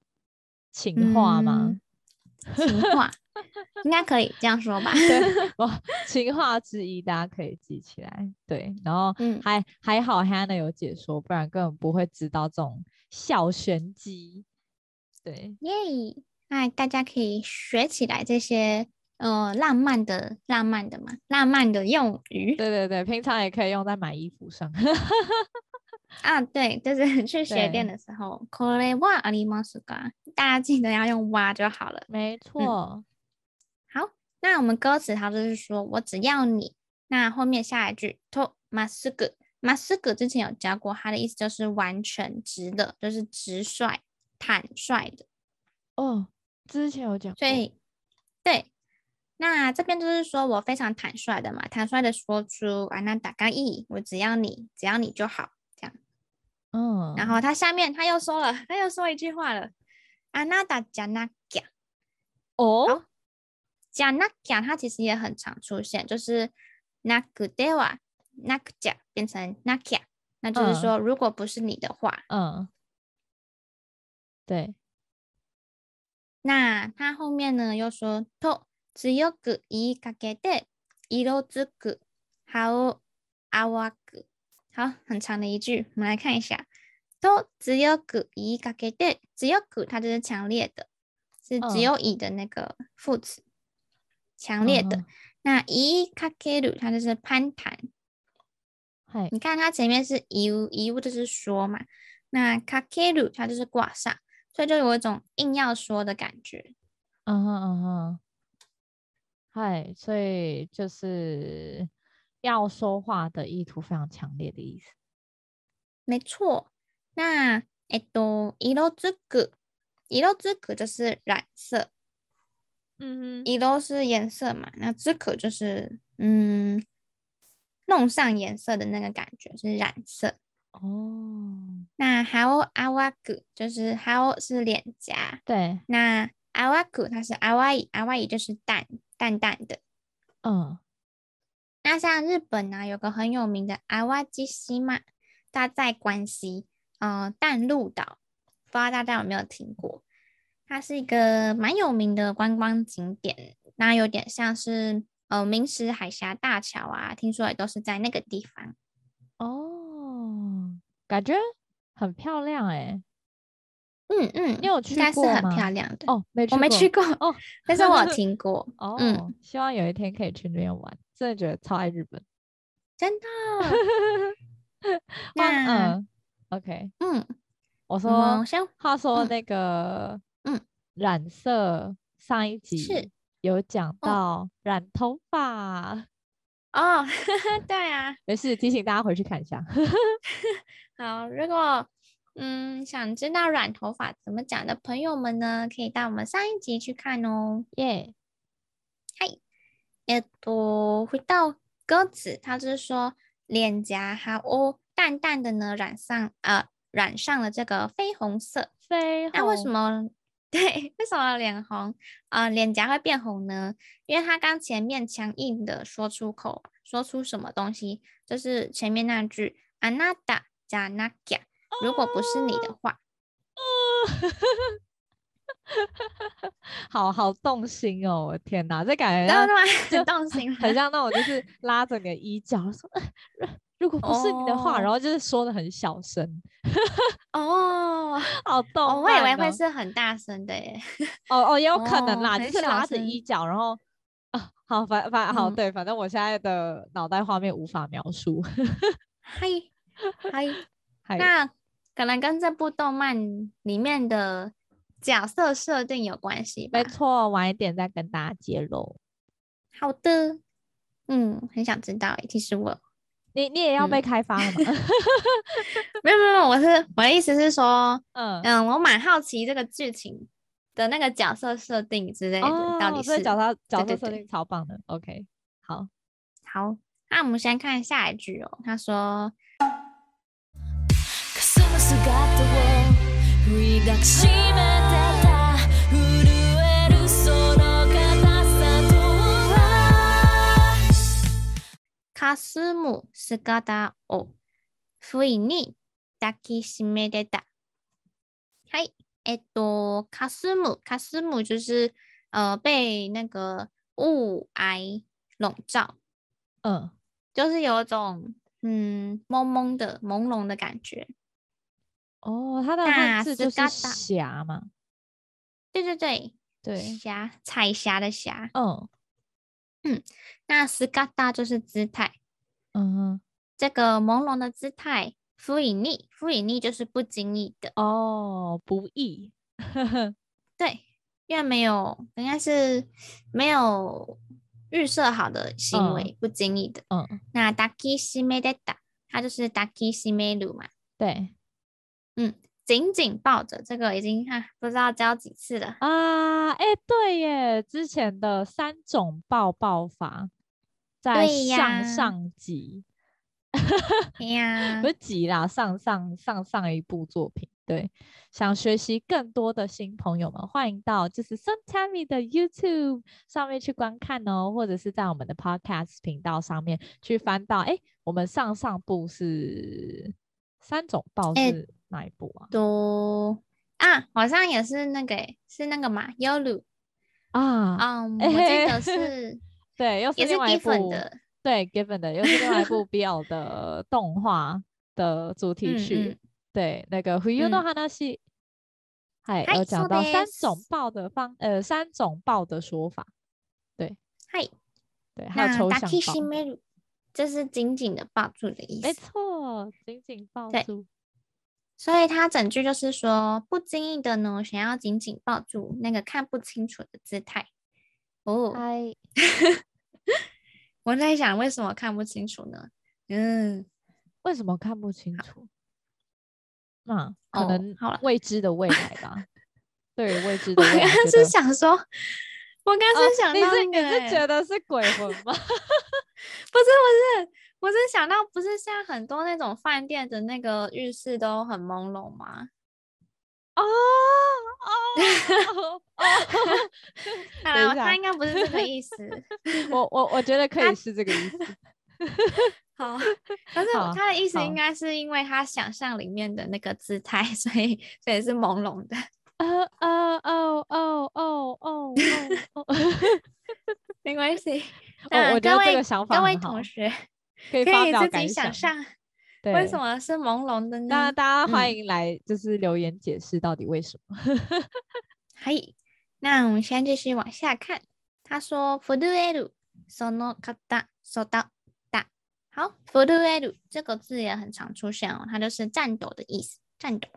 [SPEAKER 2] 情话吗？
[SPEAKER 1] 嗯情话应该可以这样说吧？
[SPEAKER 2] 对，我情话之一，大家可以记起来。对，然后
[SPEAKER 1] 嗯
[SPEAKER 2] 还、还好 Hannah 有解说，不然根本不会知道这种小玄机。对，
[SPEAKER 1] 耶！那大家可以学起来这些呃浪漫的、浪漫的嘛、浪漫的用语
[SPEAKER 2] 对对对，平常也可以用在买衣服上。
[SPEAKER 1] 啊。对，就是 去鞋店
[SPEAKER 2] 对
[SPEAKER 1] 的时候，これはありますか？大家记得要用哇就好了。
[SPEAKER 2] 没错，
[SPEAKER 1] 好，那我们歌词它就是说我只要你。那后面下一句とまっすぐ、まっすぐ之前有教过，它的意思就是完全直的，就是直率、坦率的。
[SPEAKER 2] 哦，之前有讲过，
[SPEAKER 1] 所以对，那这边就是说我非常坦率的嘛，坦率的说出啊，那打个意，我只要你，只要你就好。
[SPEAKER 2] 嗯，
[SPEAKER 1] 然后他下面他又说了，他又说一句话了，啊，那打加那加
[SPEAKER 2] 哦，
[SPEAKER 1] 加那加，它其实也很常出现，就是那个 d e w a 那个加变成那加，那就是说如果不是你的话，
[SPEAKER 2] 嗯，对，
[SPEAKER 1] 那他后面呢又说と強く言いかけて色づく葉を淡く。好，很长的一句，我们来看一下。と強く言いかけて強く它就是强烈的，是
[SPEAKER 2] 嗯
[SPEAKER 1] 只有以的那个副词，强烈
[SPEAKER 2] 嗯
[SPEAKER 1] 的。那言いかける它就是攀谈。
[SPEAKER 2] 嗨，
[SPEAKER 1] 你看它前面是一物一物就是说嘛，那かける它就是挂上，所以就有一种硬要说的感觉。
[SPEAKER 2] 嗯哼嗯哼，嗨，所以就是要说话的意图非常强烈的意思。
[SPEAKER 1] 没错，那哎えっと色づく，色づく就是染色，
[SPEAKER 2] 嗯哼，
[SPEAKER 1] 色是颜色嘛，那づく就是嗯，弄上颜色的那个感觉是染色。
[SPEAKER 2] 哦，
[SPEAKER 1] 那还有阿瓦古就是还有是脸颊，
[SPEAKER 2] 对，
[SPEAKER 1] 那阿瓦古它是阿瓦伊，阿瓦伊就是淡淡淡的。
[SPEAKER 2] 嗯，
[SPEAKER 1] 那像日本呢、有个很有名的阿瓦基西嘛，它在关西，呃，淡路岛，不知道大家有没有听过？它是一个蛮有名的观光景点，那有点像是呃明石海峡大桥啊，听说也都是在那个地方。
[SPEAKER 2] 哦，感觉很漂亮哎，
[SPEAKER 1] 嗯嗯，
[SPEAKER 2] 你有去
[SPEAKER 1] 应该是
[SPEAKER 2] 过
[SPEAKER 1] 很
[SPEAKER 2] 吗
[SPEAKER 1] 漂亮的。
[SPEAKER 2] 哦，没
[SPEAKER 1] 我没去
[SPEAKER 2] 过
[SPEAKER 1] 过
[SPEAKER 2] 哦，。
[SPEAKER 1] 但是我有听过
[SPEAKER 2] 哦，
[SPEAKER 1] 嗯
[SPEAKER 2] 希望有一天可以去那边玩，真的觉得超爱日本。
[SPEAKER 1] 真的
[SPEAKER 2] 换
[SPEAKER 1] 那
[SPEAKER 2] 嗯，OK，
[SPEAKER 1] 嗯，
[SPEAKER 2] 我
[SPEAKER 1] 我们
[SPEAKER 2] 说
[SPEAKER 1] 先
[SPEAKER 2] 话说
[SPEAKER 1] 嗯
[SPEAKER 2] 那个
[SPEAKER 1] 嗯
[SPEAKER 2] 染色上一集有讲到染头发，
[SPEAKER 1] 哦， 对啊，
[SPEAKER 2] 没事提醒大家回去看一下。
[SPEAKER 1] 好，如果嗯想知道染头发怎么讲的朋友们呢，可以到我们上一集去看哦。
[SPEAKER 2] 耶，
[SPEAKER 1] えっと，呃回到歌词，它就是说脸颊还哦淡淡的呢染上呃染上了这个绯红色。
[SPEAKER 2] 绯
[SPEAKER 1] 那为什
[SPEAKER 2] 红
[SPEAKER 1] 么？ 对，为什么脸红啊、呃脸颊会变红呢？因为他刚前面强硬的说出口，说出什么东西，就是前面那句“あなたじゃなきゃ”，如果不是你的话，
[SPEAKER 2] 好好动心哦！我天哪，这感觉
[SPEAKER 1] 然后
[SPEAKER 2] 像
[SPEAKER 1] 的话
[SPEAKER 2] 就
[SPEAKER 1] 很动心啊
[SPEAKER 2] 很
[SPEAKER 1] 吗
[SPEAKER 2] 像那种就是拉着你的衣角说，如如果不是你的话，然
[SPEAKER 1] 哦
[SPEAKER 2] 后就是说的很小声，
[SPEAKER 1] 哦，
[SPEAKER 2] 好动、
[SPEAKER 1] 哦，我以为会是很大声的耶。
[SPEAKER 2] 哦哦，也有可能
[SPEAKER 1] 哦
[SPEAKER 2] 啦，就
[SPEAKER 1] 很
[SPEAKER 2] 是拉
[SPEAKER 1] 小
[SPEAKER 2] 着
[SPEAKER 1] 声
[SPEAKER 2] 衣角，然后啊，好反反好、
[SPEAKER 1] 嗯
[SPEAKER 2] 对，反正我现在的脑袋画面无法描述。
[SPEAKER 1] 嗨嗨，
[SPEAKER 2] 还
[SPEAKER 1] 那可能跟这部动漫里面的角色设定有关系吧
[SPEAKER 2] 没。错，晚一点再跟大家揭露。
[SPEAKER 1] 好的，嗯，很想知道诶。其实我
[SPEAKER 2] 你你也要被
[SPEAKER 1] 嗯
[SPEAKER 2] 开发了吗？
[SPEAKER 1] 没有没有没有，我是我的意思是说，
[SPEAKER 2] 嗯，
[SPEAKER 1] 嗯，我蛮好奇这个剧情的那个角色设定之类的，到底
[SPEAKER 2] 哦，所以
[SPEAKER 1] 是
[SPEAKER 2] 角色角色
[SPEAKER 1] 对
[SPEAKER 2] 设
[SPEAKER 1] 对
[SPEAKER 2] 定超棒的。OK，好，
[SPEAKER 1] 好。那我们先看下一句哦，他说
[SPEAKER 3] かすむ姿を振り抱きしめてた震えるその硬さとは
[SPEAKER 1] かすむ姿を不意に抱きしめてた。はい。えっと、かすむ、かすむ就是呃被那个雾霭笼罩，
[SPEAKER 2] 嗯，
[SPEAKER 1] 就是有一种嗯蒙蒙的、朦胧的感觉。
[SPEAKER 2] 哦，它的
[SPEAKER 1] 那
[SPEAKER 2] 汉字就是
[SPEAKER 1] “sugata”
[SPEAKER 2] 霞嘛，
[SPEAKER 1] 对对对，
[SPEAKER 2] 对，
[SPEAKER 1] 霞彩霞的霞。
[SPEAKER 2] 嗯
[SPEAKER 1] 那 “skata” 就是姿态，
[SPEAKER 2] 嗯哼，
[SPEAKER 1] 这个朦胧的姿态。不以逆，不以逆就是不经意的。
[SPEAKER 2] 哦，不易，
[SPEAKER 1] 对，因为没有，应该是没有预设好的行
[SPEAKER 2] 嗯
[SPEAKER 1] 为，不经意的。
[SPEAKER 2] 嗯，
[SPEAKER 1] 那 daki s h i m e d e 它就是 daki s h i m e r u 嘛。
[SPEAKER 2] 对，
[SPEAKER 1] 嗯，紧紧抱着，这个已经啊不知道教几次了。
[SPEAKER 2] 啊，哎、对耶，之前的三种抱抱法在
[SPEAKER 1] 对
[SPEAKER 2] 上
[SPEAKER 1] 呀
[SPEAKER 2] 上集，
[SPEAKER 1] 哎呀
[SPEAKER 2] 不，是集啦，上上上上一部作品。对，想学习更多的新朋友们，欢迎到就是 Sometime 的 YouTube 上面去观看哦，或者是在我们的 Podcast 频道上面去翻到。哎，我们上上部是三种抱
[SPEAKER 1] 哎
[SPEAKER 2] 是哪一部啊？
[SPEAKER 1] 嘟啊，好像也是那个诶，是那个嘛，Yolu。
[SPEAKER 2] 啊，
[SPEAKER 1] 嗯，
[SPEAKER 2] 哎
[SPEAKER 1] 我记
[SPEAKER 2] 嘿
[SPEAKER 1] 得 是
[SPEAKER 2] 对，又是
[SPEAKER 1] 也是
[SPEAKER 2] 另外一
[SPEAKER 1] Giffen
[SPEAKER 2] 部
[SPEAKER 1] 的，
[SPEAKER 2] 对 Given 的，又是另外一部 BL 的动画的主题
[SPEAKER 1] 嗯
[SPEAKER 2] 曲。
[SPEAKER 1] 嗯
[SPEAKER 2] 对，那个 Huyu no
[SPEAKER 1] 嗯
[SPEAKER 2] Hanashi，嗨、
[SPEAKER 1] はい
[SPEAKER 2] 有讲
[SPEAKER 1] そう
[SPEAKER 2] 到三
[SPEAKER 1] です
[SPEAKER 2] 种抱的方，呃，三种抱的说法。
[SPEAKER 1] 嗨，
[SPEAKER 2] 对，还有
[SPEAKER 1] 那
[SPEAKER 2] 抽
[SPEAKER 1] 达
[SPEAKER 2] 象
[SPEAKER 1] 基西
[SPEAKER 2] 抱，
[SPEAKER 1] 梅鲁，这是紧紧的抱住的意
[SPEAKER 2] 没
[SPEAKER 1] 思。
[SPEAKER 2] 错，紧紧抱
[SPEAKER 1] 对
[SPEAKER 2] 住。
[SPEAKER 1] 所以他整句就是说，不经意的呢，想要紧紧抱住那个看不清楚的姿态。哦，
[SPEAKER 2] 嗨，
[SPEAKER 1] 我在想为什么看不清楚呢？嗯，
[SPEAKER 2] 为什么看不清楚？那、可
[SPEAKER 1] 哦
[SPEAKER 2] 能
[SPEAKER 1] 好了
[SPEAKER 2] 未知的未来吧。 对于未知的
[SPEAKER 1] 我
[SPEAKER 2] 未
[SPEAKER 1] 刚
[SPEAKER 2] 来，
[SPEAKER 1] 刚
[SPEAKER 2] 觉
[SPEAKER 1] 是
[SPEAKER 2] 得
[SPEAKER 1] 想说，我刚
[SPEAKER 2] 哦
[SPEAKER 1] 刚是想到
[SPEAKER 2] 你是
[SPEAKER 1] 那
[SPEAKER 2] 你
[SPEAKER 1] 个
[SPEAKER 2] 是
[SPEAKER 1] 欸、
[SPEAKER 2] 觉得是鬼魂
[SPEAKER 1] 不
[SPEAKER 2] 吗？
[SPEAKER 1] 是不是，我是想到不是现在很多那种饭店的那个浴室都很朦胧吗？
[SPEAKER 2] 哦哦哦！
[SPEAKER 1] 看
[SPEAKER 2] 等一
[SPEAKER 1] 来
[SPEAKER 2] 下
[SPEAKER 1] 啊他应该不是这个意 思。
[SPEAKER 2] 我我我觉得可
[SPEAKER 1] 他
[SPEAKER 2] 以是这个意思。
[SPEAKER 1] 好，但是
[SPEAKER 2] 好
[SPEAKER 1] 他的意思
[SPEAKER 2] 好
[SPEAKER 1] 应该是因为他想象里面的那个姿态，所以所以是朦胧的。
[SPEAKER 2] 呃呃哦哦哦哦哦 哦！
[SPEAKER 1] 没关系，
[SPEAKER 2] 哦，
[SPEAKER 1] 那
[SPEAKER 2] 我觉得
[SPEAKER 1] 各
[SPEAKER 2] 这
[SPEAKER 1] 位
[SPEAKER 2] 个想法
[SPEAKER 1] 各位
[SPEAKER 2] 很好啊
[SPEAKER 1] 同学
[SPEAKER 2] 可以
[SPEAKER 1] 可
[SPEAKER 2] 发
[SPEAKER 1] 以
[SPEAKER 2] 表
[SPEAKER 1] 自
[SPEAKER 2] 感
[SPEAKER 1] 己想象
[SPEAKER 2] 对，
[SPEAKER 1] 为什？么是朦胧的
[SPEAKER 2] 那
[SPEAKER 1] 呢？
[SPEAKER 2] 大家欢
[SPEAKER 1] 嗯
[SPEAKER 2] 迎来，就是留言解释到底为什么。
[SPEAKER 1] はい。那我们先继续往下看。他说震えるその方そだだ。好，震える这个字也很常出现哦，它就是颤抖的意思，颤抖。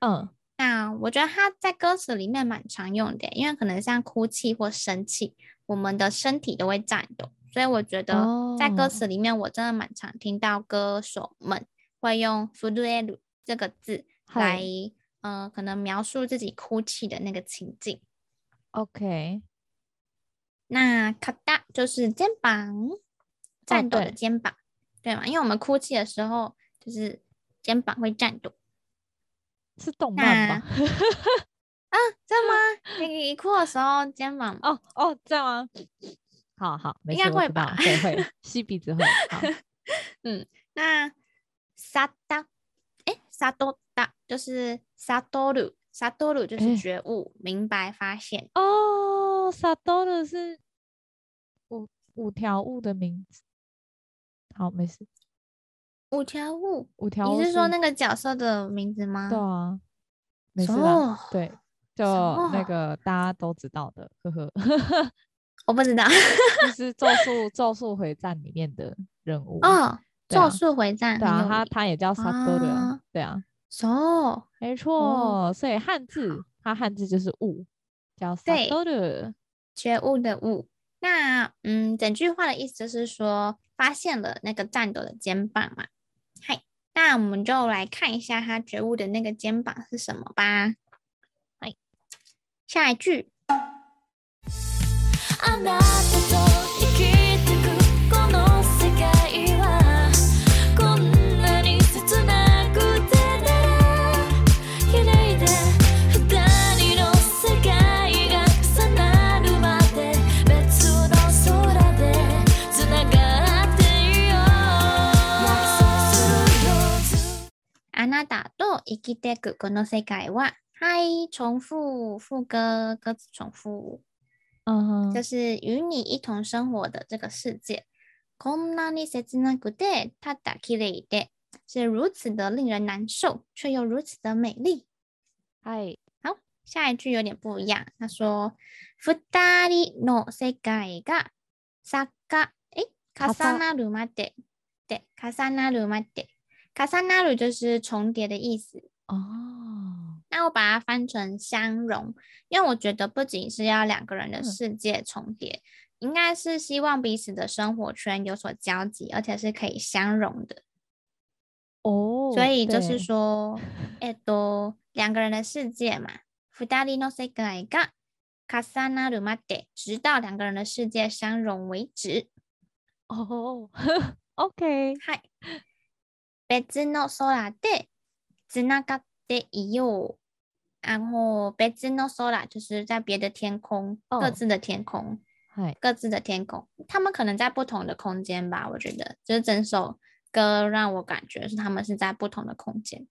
[SPEAKER 2] 嗯，
[SPEAKER 1] 那我觉得它在歌词里面蛮常用的，因为可能像哭泣或生气，我们的身体都会颤抖，所以我觉得在歌
[SPEAKER 2] 哦
[SPEAKER 1] 词里面，我真的蛮常听到歌手们会用震える这个字
[SPEAKER 2] 嗨
[SPEAKER 1] 来，呃，可能描述自己哭泣的那个情境。
[SPEAKER 2] 哦 OK，
[SPEAKER 1] 那卡达就是肩膀，颤抖的
[SPEAKER 2] 哦对
[SPEAKER 1] 肩膀，对吗？因为我们哭泣的时候，就是肩膀会颤抖。
[SPEAKER 2] 是动漫吧？
[SPEAKER 1] 真的 吗？你哭的时候肩膀
[SPEAKER 2] 哦哦，这样吗？好好，没
[SPEAKER 1] 应
[SPEAKER 2] 事，
[SPEAKER 1] 该
[SPEAKER 2] 我
[SPEAKER 1] 会
[SPEAKER 2] 知道
[SPEAKER 1] 吧
[SPEAKER 2] 了对，会吸鼻 子会。好
[SPEAKER 1] 那サダ，哎，サドダ就是サドル，サドル就是
[SPEAKER 2] 诶
[SPEAKER 1] 觉悟、明白、发现。
[SPEAKER 2] 哦，萨多的是五五条悟的名字。好，没事。
[SPEAKER 1] 五条悟，
[SPEAKER 2] 五条悟
[SPEAKER 1] 你是说那个角色的名字吗？
[SPEAKER 2] 对啊，没事啦。
[SPEAKER 1] 哦，
[SPEAKER 2] 对，就那
[SPEAKER 1] 么
[SPEAKER 2] 个大家都知道的，呵呵，
[SPEAKER 1] 我不知道。
[SPEAKER 2] 就是《 咒术咒术回战》里面的人物。
[SPEAKER 1] 哦，
[SPEAKER 2] 对啊
[SPEAKER 1] 咒术回战
[SPEAKER 2] 对
[SPEAKER 1] 很
[SPEAKER 2] 啊，
[SPEAKER 1] 有
[SPEAKER 2] 他
[SPEAKER 1] 名
[SPEAKER 2] 他也叫萨多的
[SPEAKER 1] 啊，
[SPEAKER 2] 对啊，
[SPEAKER 1] So，
[SPEAKER 2] 没
[SPEAKER 1] 哦
[SPEAKER 2] 错。所以汉字，它汉字就是悟，叫萨
[SPEAKER 1] 对
[SPEAKER 2] 多的。
[SPEAKER 1] 觉悟的悟。那嗯，整句话的意思就是说，发现了那个战斗的肩膀嘛。嗨，那我们就来看一下他觉悟的那个肩膀是什么吧。嗨，下一句
[SPEAKER 3] あなたと生きてくこの世界はこんなに切なくてね綺麗で二人の世界が重なるまで別の空でつながっていよう約束するよ
[SPEAKER 1] あなたと生きてくこの世界は。嗨，重复副歌，歌词重复，
[SPEAKER 2] 嗯
[SPEAKER 1] 就
[SPEAKER 2] 哼，
[SPEAKER 1] 是与你一同生活的这个世界。こんなに切なくて、ただ綺麗で，是如此的令人难受，却又如此的美丽。
[SPEAKER 2] 嗨，
[SPEAKER 1] 下一句有点不一样，他说“二人の世界が坂诶
[SPEAKER 2] 重
[SPEAKER 1] 重なるまで”，对，重なるまで，重なる就是重叠的意思。
[SPEAKER 2] 哦，
[SPEAKER 1] 那我把它翻成相融，因为我觉得不仅是要两个人的
[SPEAKER 2] 嗯
[SPEAKER 1] 世界重叠，应该是希望彼此的生活圈有所交集，而且是可以相融的。
[SPEAKER 2] 哦，
[SPEAKER 1] 所以就是
[SPEAKER 2] 对
[SPEAKER 1] 说，えっと、两个人的世界嘛。二人の世界が重なるまで、直到两个人的世界相融为止。
[SPEAKER 2] 哦，OK，
[SPEAKER 1] はい。別の空でつながっていよう。然后別の空就是在别的天空，
[SPEAKER 2] 哦
[SPEAKER 1] 各自的天空，
[SPEAKER 2] 嗨，
[SPEAKER 1] 各自的天空。他们可能在不同的空间吧，我觉得就是整首歌让我感觉是他们是在不同的空间。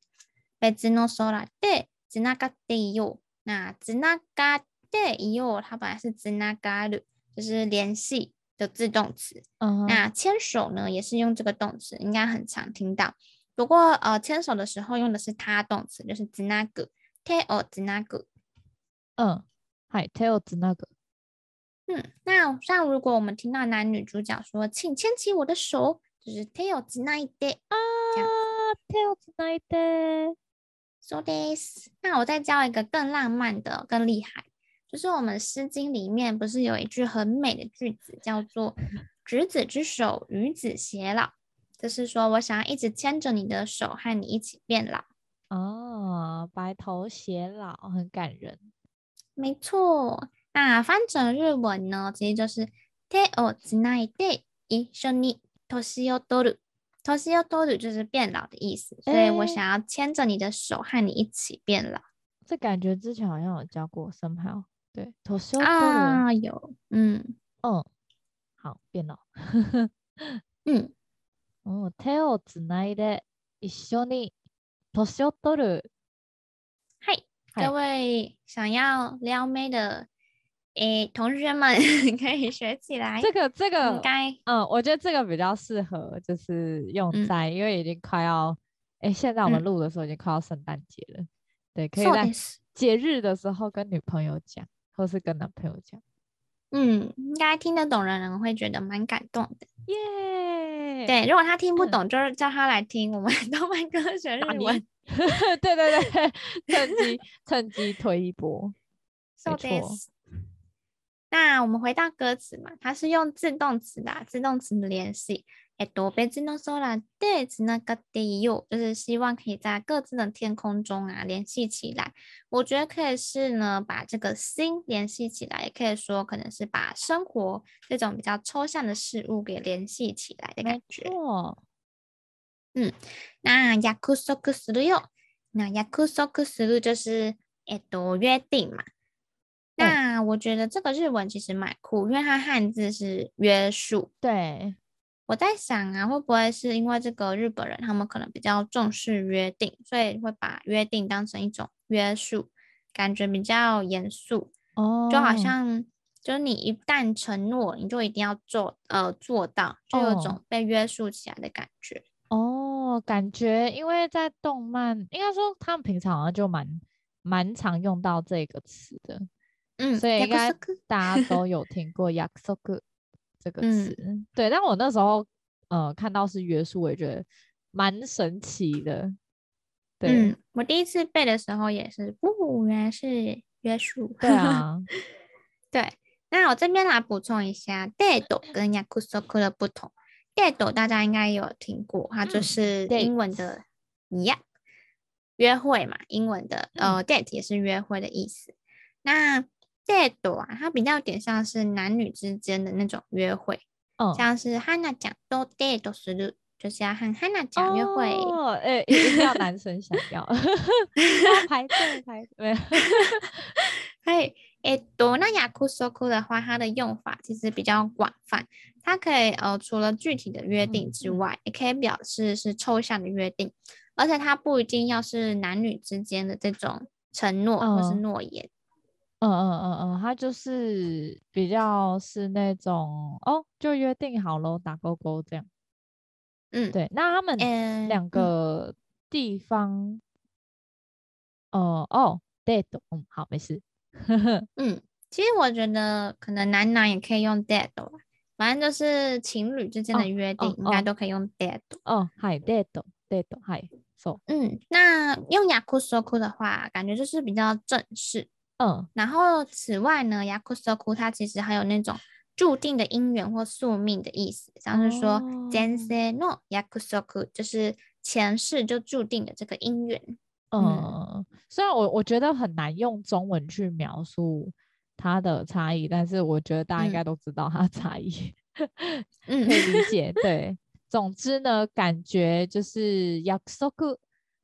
[SPEAKER 1] 別の空でつながっていよう。那つながっていよう，它本来是つながる，就是联系的自动词。
[SPEAKER 2] 嗯哼，
[SPEAKER 1] 那牵手呢，也是用这个动词，应该很常听到。不过呃，牵手的时候用的是他动词，就是 z n a g u t e o z n a g u
[SPEAKER 2] 嗯，嗨，tails 那个，
[SPEAKER 1] 嗯，那像如果我们听到男女主角说“请牵起我的手”，就是 t e o z n a i d e 这样
[SPEAKER 2] tails 那一带，
[SPEAKER 1] so this。那我再教一个更浪漫的、更厉害，就是我们《诗经》里面不是有一句很美的句子，叫做“执子之手，与子偕老”，就是说我想要一直牵着你的手，和你一起变老。
[SPEAKER 2] 哦，白头偕老，很感人。
[SPEAKER 1] 没错，那翻成日文呢，其实就是手をつないで一緒に年を取る。年を取る就是变老的意思，所以我
[SPEAKER 2] 诶
[SPEAKER 1] 想要牵着你的手和你一起变老
[SPEAKER 2] 这感觉之前好像有教过，somehow，对，头修的，
[SPEAKER 1] 啊！有，嗯
[SPEAKER 2] 嗯，好，变老。
[SPEAKER 1] 嗯，
[SPEAKER 2] 哦，手をつないで一緒に年を取る。
[SPEAKER 1] 嗨，
[SPEAKER 2] 嗨
[SPEAKER 1] 各位想要撩妹的诶同学们 可以学起来，
[SPEAKER 2] 这个这个
[SPEAKER 1] 应，该
[SPEAKER 2] 嗯，我觉得这个比较适合，就是用
[SPEAKER 1] 嗯
[SPEAKER 2] 在，因为已经快要，哎，现在我们
[SPEAKER 1] 嗯
[SPEAKER 2] 录的时候已经快要圣诞节了，对，可以
[SPEAKER 1] そう
[SPEAKER 2] 在
[SPEAKER 1] です。
[SPEAKER 2] 节日的时候跟女朋友讲，或是跟男朋友讲。
[SPEAKER 1] 嗯，应该听得懂的人会觉得蛮感动的。
[SPEAKER 2] 耶，
[SPEAKER 1] 对，如果他听不
[SPEAKER 2] 嗯
[SPEAKER 1] 懂，就是叫他来听我们 动漫歌学日
[SPEAKER 2] 打你，
[SPEAKER 1] 文。
[SPEAKER 2] 对对对，趁机趁机推一波。
[SPEAKER 1] So
[SPEAKER 2] 错
[SPEAKER 1] this。那我们回到歌词嘛，它是用自动词的啊、自动词的联系。えっと、別の空でつながっていよう，就是希望可以在各自的天空中啊联系起来。我觉得可以是呢，把这个心联系起来，也可以说可能是把生活这种比较抽象的事物给联系起来的感觉。
[SPEAKER 2] 哦，
[SPEAKER 1] 那約束するよ。那約束する就是えっと约定嘛。
[SPEAKER 2] 对
[SPEAKER 1] 那我觉得这个日文其实蛮酷，因为它汉字是约束。
[SPEAKER 2] 对，
[SPEAKER 1] 我在想啊，会不会是因为这个日本人他们可能比较重视约定，所以会把约定当成一种约束，感觉比较严肃，
[SPEAKER 2] 哦，
[SPEAKER 1] 就好像就是你一旦承诺，你就一定要做呃做到，就有
[SPEAKER 2] 哦
[SPEAKER 1] 种被约束起来的感觉。
[SPEAKER 2] 哦，感觉因为在动漫，应该说他们平常好像就蛮蛮常用到这个词的，
[SPEAKER 1] 嗯，
[SPEAKER 2] 所以应该
[SPEAKER 1] 約束
[SPEAKER 2] 大家都有听过 “yakusoku” 这个
[SPEAKER 1] 嗯
[SPEAKER 2] 词。对，但我那时候呃看到是约束，我也觉得蛮神奇的。对、
[SPEAKER 1] 嗯，我第一次背的时候也是，不，原来是约束。
[SPEAKER 2] 对 啊，
[SPEAKER 1] 对。那我这边来补充一下 d e d 跟 yakusoku 的不同。d e d 大家应该也有听过，它就
[SPEAKER 2] 嗯
[SPEAKER 1] 是英文
[SPEAKER 2] date
[SPEAKER 1] 的一样，约会嘛，英文的
[SPEAKER 2] 嗯
[SPEAKER 1] 呃 date 也是约会的意思。那 d e d 啊，它比较有点像是男女之间的那种约会，
[SPEAKER 2] 嗯，
[SPEAKER 1] 像是 Hana 讲 do d e d する，就是要和 Hana 讲约会。
[SPEAKER 2] 哦，哎、一定要男生想 要，要排队排队，没有
[SPEAKER 1] 嘿，哎诶，多那雅库索库的话，它的用法其实比较广泛，它可以呃除了具体的约定
[SPEAKER 2] 嗯
[SPEAKER 1] 之
[SPEAKER 2] 嗯
[SPEAKER 1] 外，也可以表示是抽象的约定，而且它不一定要是男女之间的这种承诺或是
[SPEAKER 2] 嗯
[SPEAKER 1] 诺言。
[SPEAKER 2] 嗯嗯嗯嗯，他就是比较是那种哦，就约定好喽，打勾勾这样。
[SPEAKER 1] 嗯，
[SPEAKER 2] 对，那他们
[SPEAKER 1] 嗯，
[SPEAKER 2] 两
[SPEAKER 1] 嗯
[SPEAKER 2] 个地方，哦哦，date，嗯，好，没事。
[SPEAKER 1] 嗯，其实我觉得可能男男也可以用 dead 吧，反正就是情侣之间的
[SPEAKER 2] 哦
[SPEAKER 1] 约定
[SPEAKER 2] 哦
[SPEAKER 1] 应该
[SPEAKER 2] 哦
[SPEAKER 1] 都可以用 dead。
[SPEAKER 2] 哦，嗨，date，date，嗨，so，
[SPEAKER 1] 嗯，那用雅库索库的话，感觉就是比较正式。
[SPEAKER 2] 嗯，
[SPEAKER 1] 然后此外呢，ヤクソク它其实还有那种注定的姻缘或宿命的意思，像是说
[SPEAKER 2] 哦
[SPEAKER 1] 前世のヤクソク就是前世就注定的这个姻缘。
[SPEAKER 2] 嗯、
[SPEAKER 1] 嗯
[SPEAKER 2] 虽然我我觉得很难用中文去描述它的差异，但是我觉得大家应
[SPEAKER 1] 嗯
[SPEAKER 2] 该都知道它的差异。
[SPEAKER 1] 嗯
[SPEAKER 2] 可以 理解。对，总之呢，感觉就是約束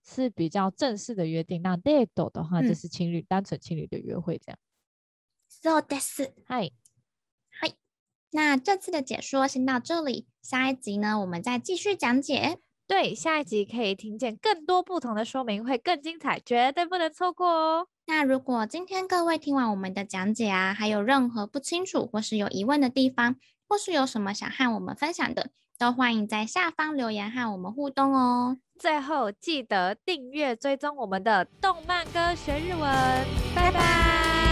[SPEAKER 2] 是比较正式的约定，那 date 的话就
[SPEAKER 1] 嗯
[SPEAKER 2] 是情侣、单纯情侣的约会这样。
[SPEAKER 1] そうです。
[SPEAKER 2] 嗨，
[SPEAKER 1] 那这次的解说先到这里，下一集呢，我们再继续讲解。
[SPEAKER 3] 对，下一集可以听见更多不同的说明，会更精彩，绝对不能错过哦。
[SPEAKER 1] 那如果今天各位听完我们的讲解啊，还有任何不清楚或是有疑问的地方，或是有什么想和我们分享的，都欢迎在下方留言和我们互动哦。
[SPEAKER 3] 最后记得订阅追踪我们的动漫歌学日文，拜拜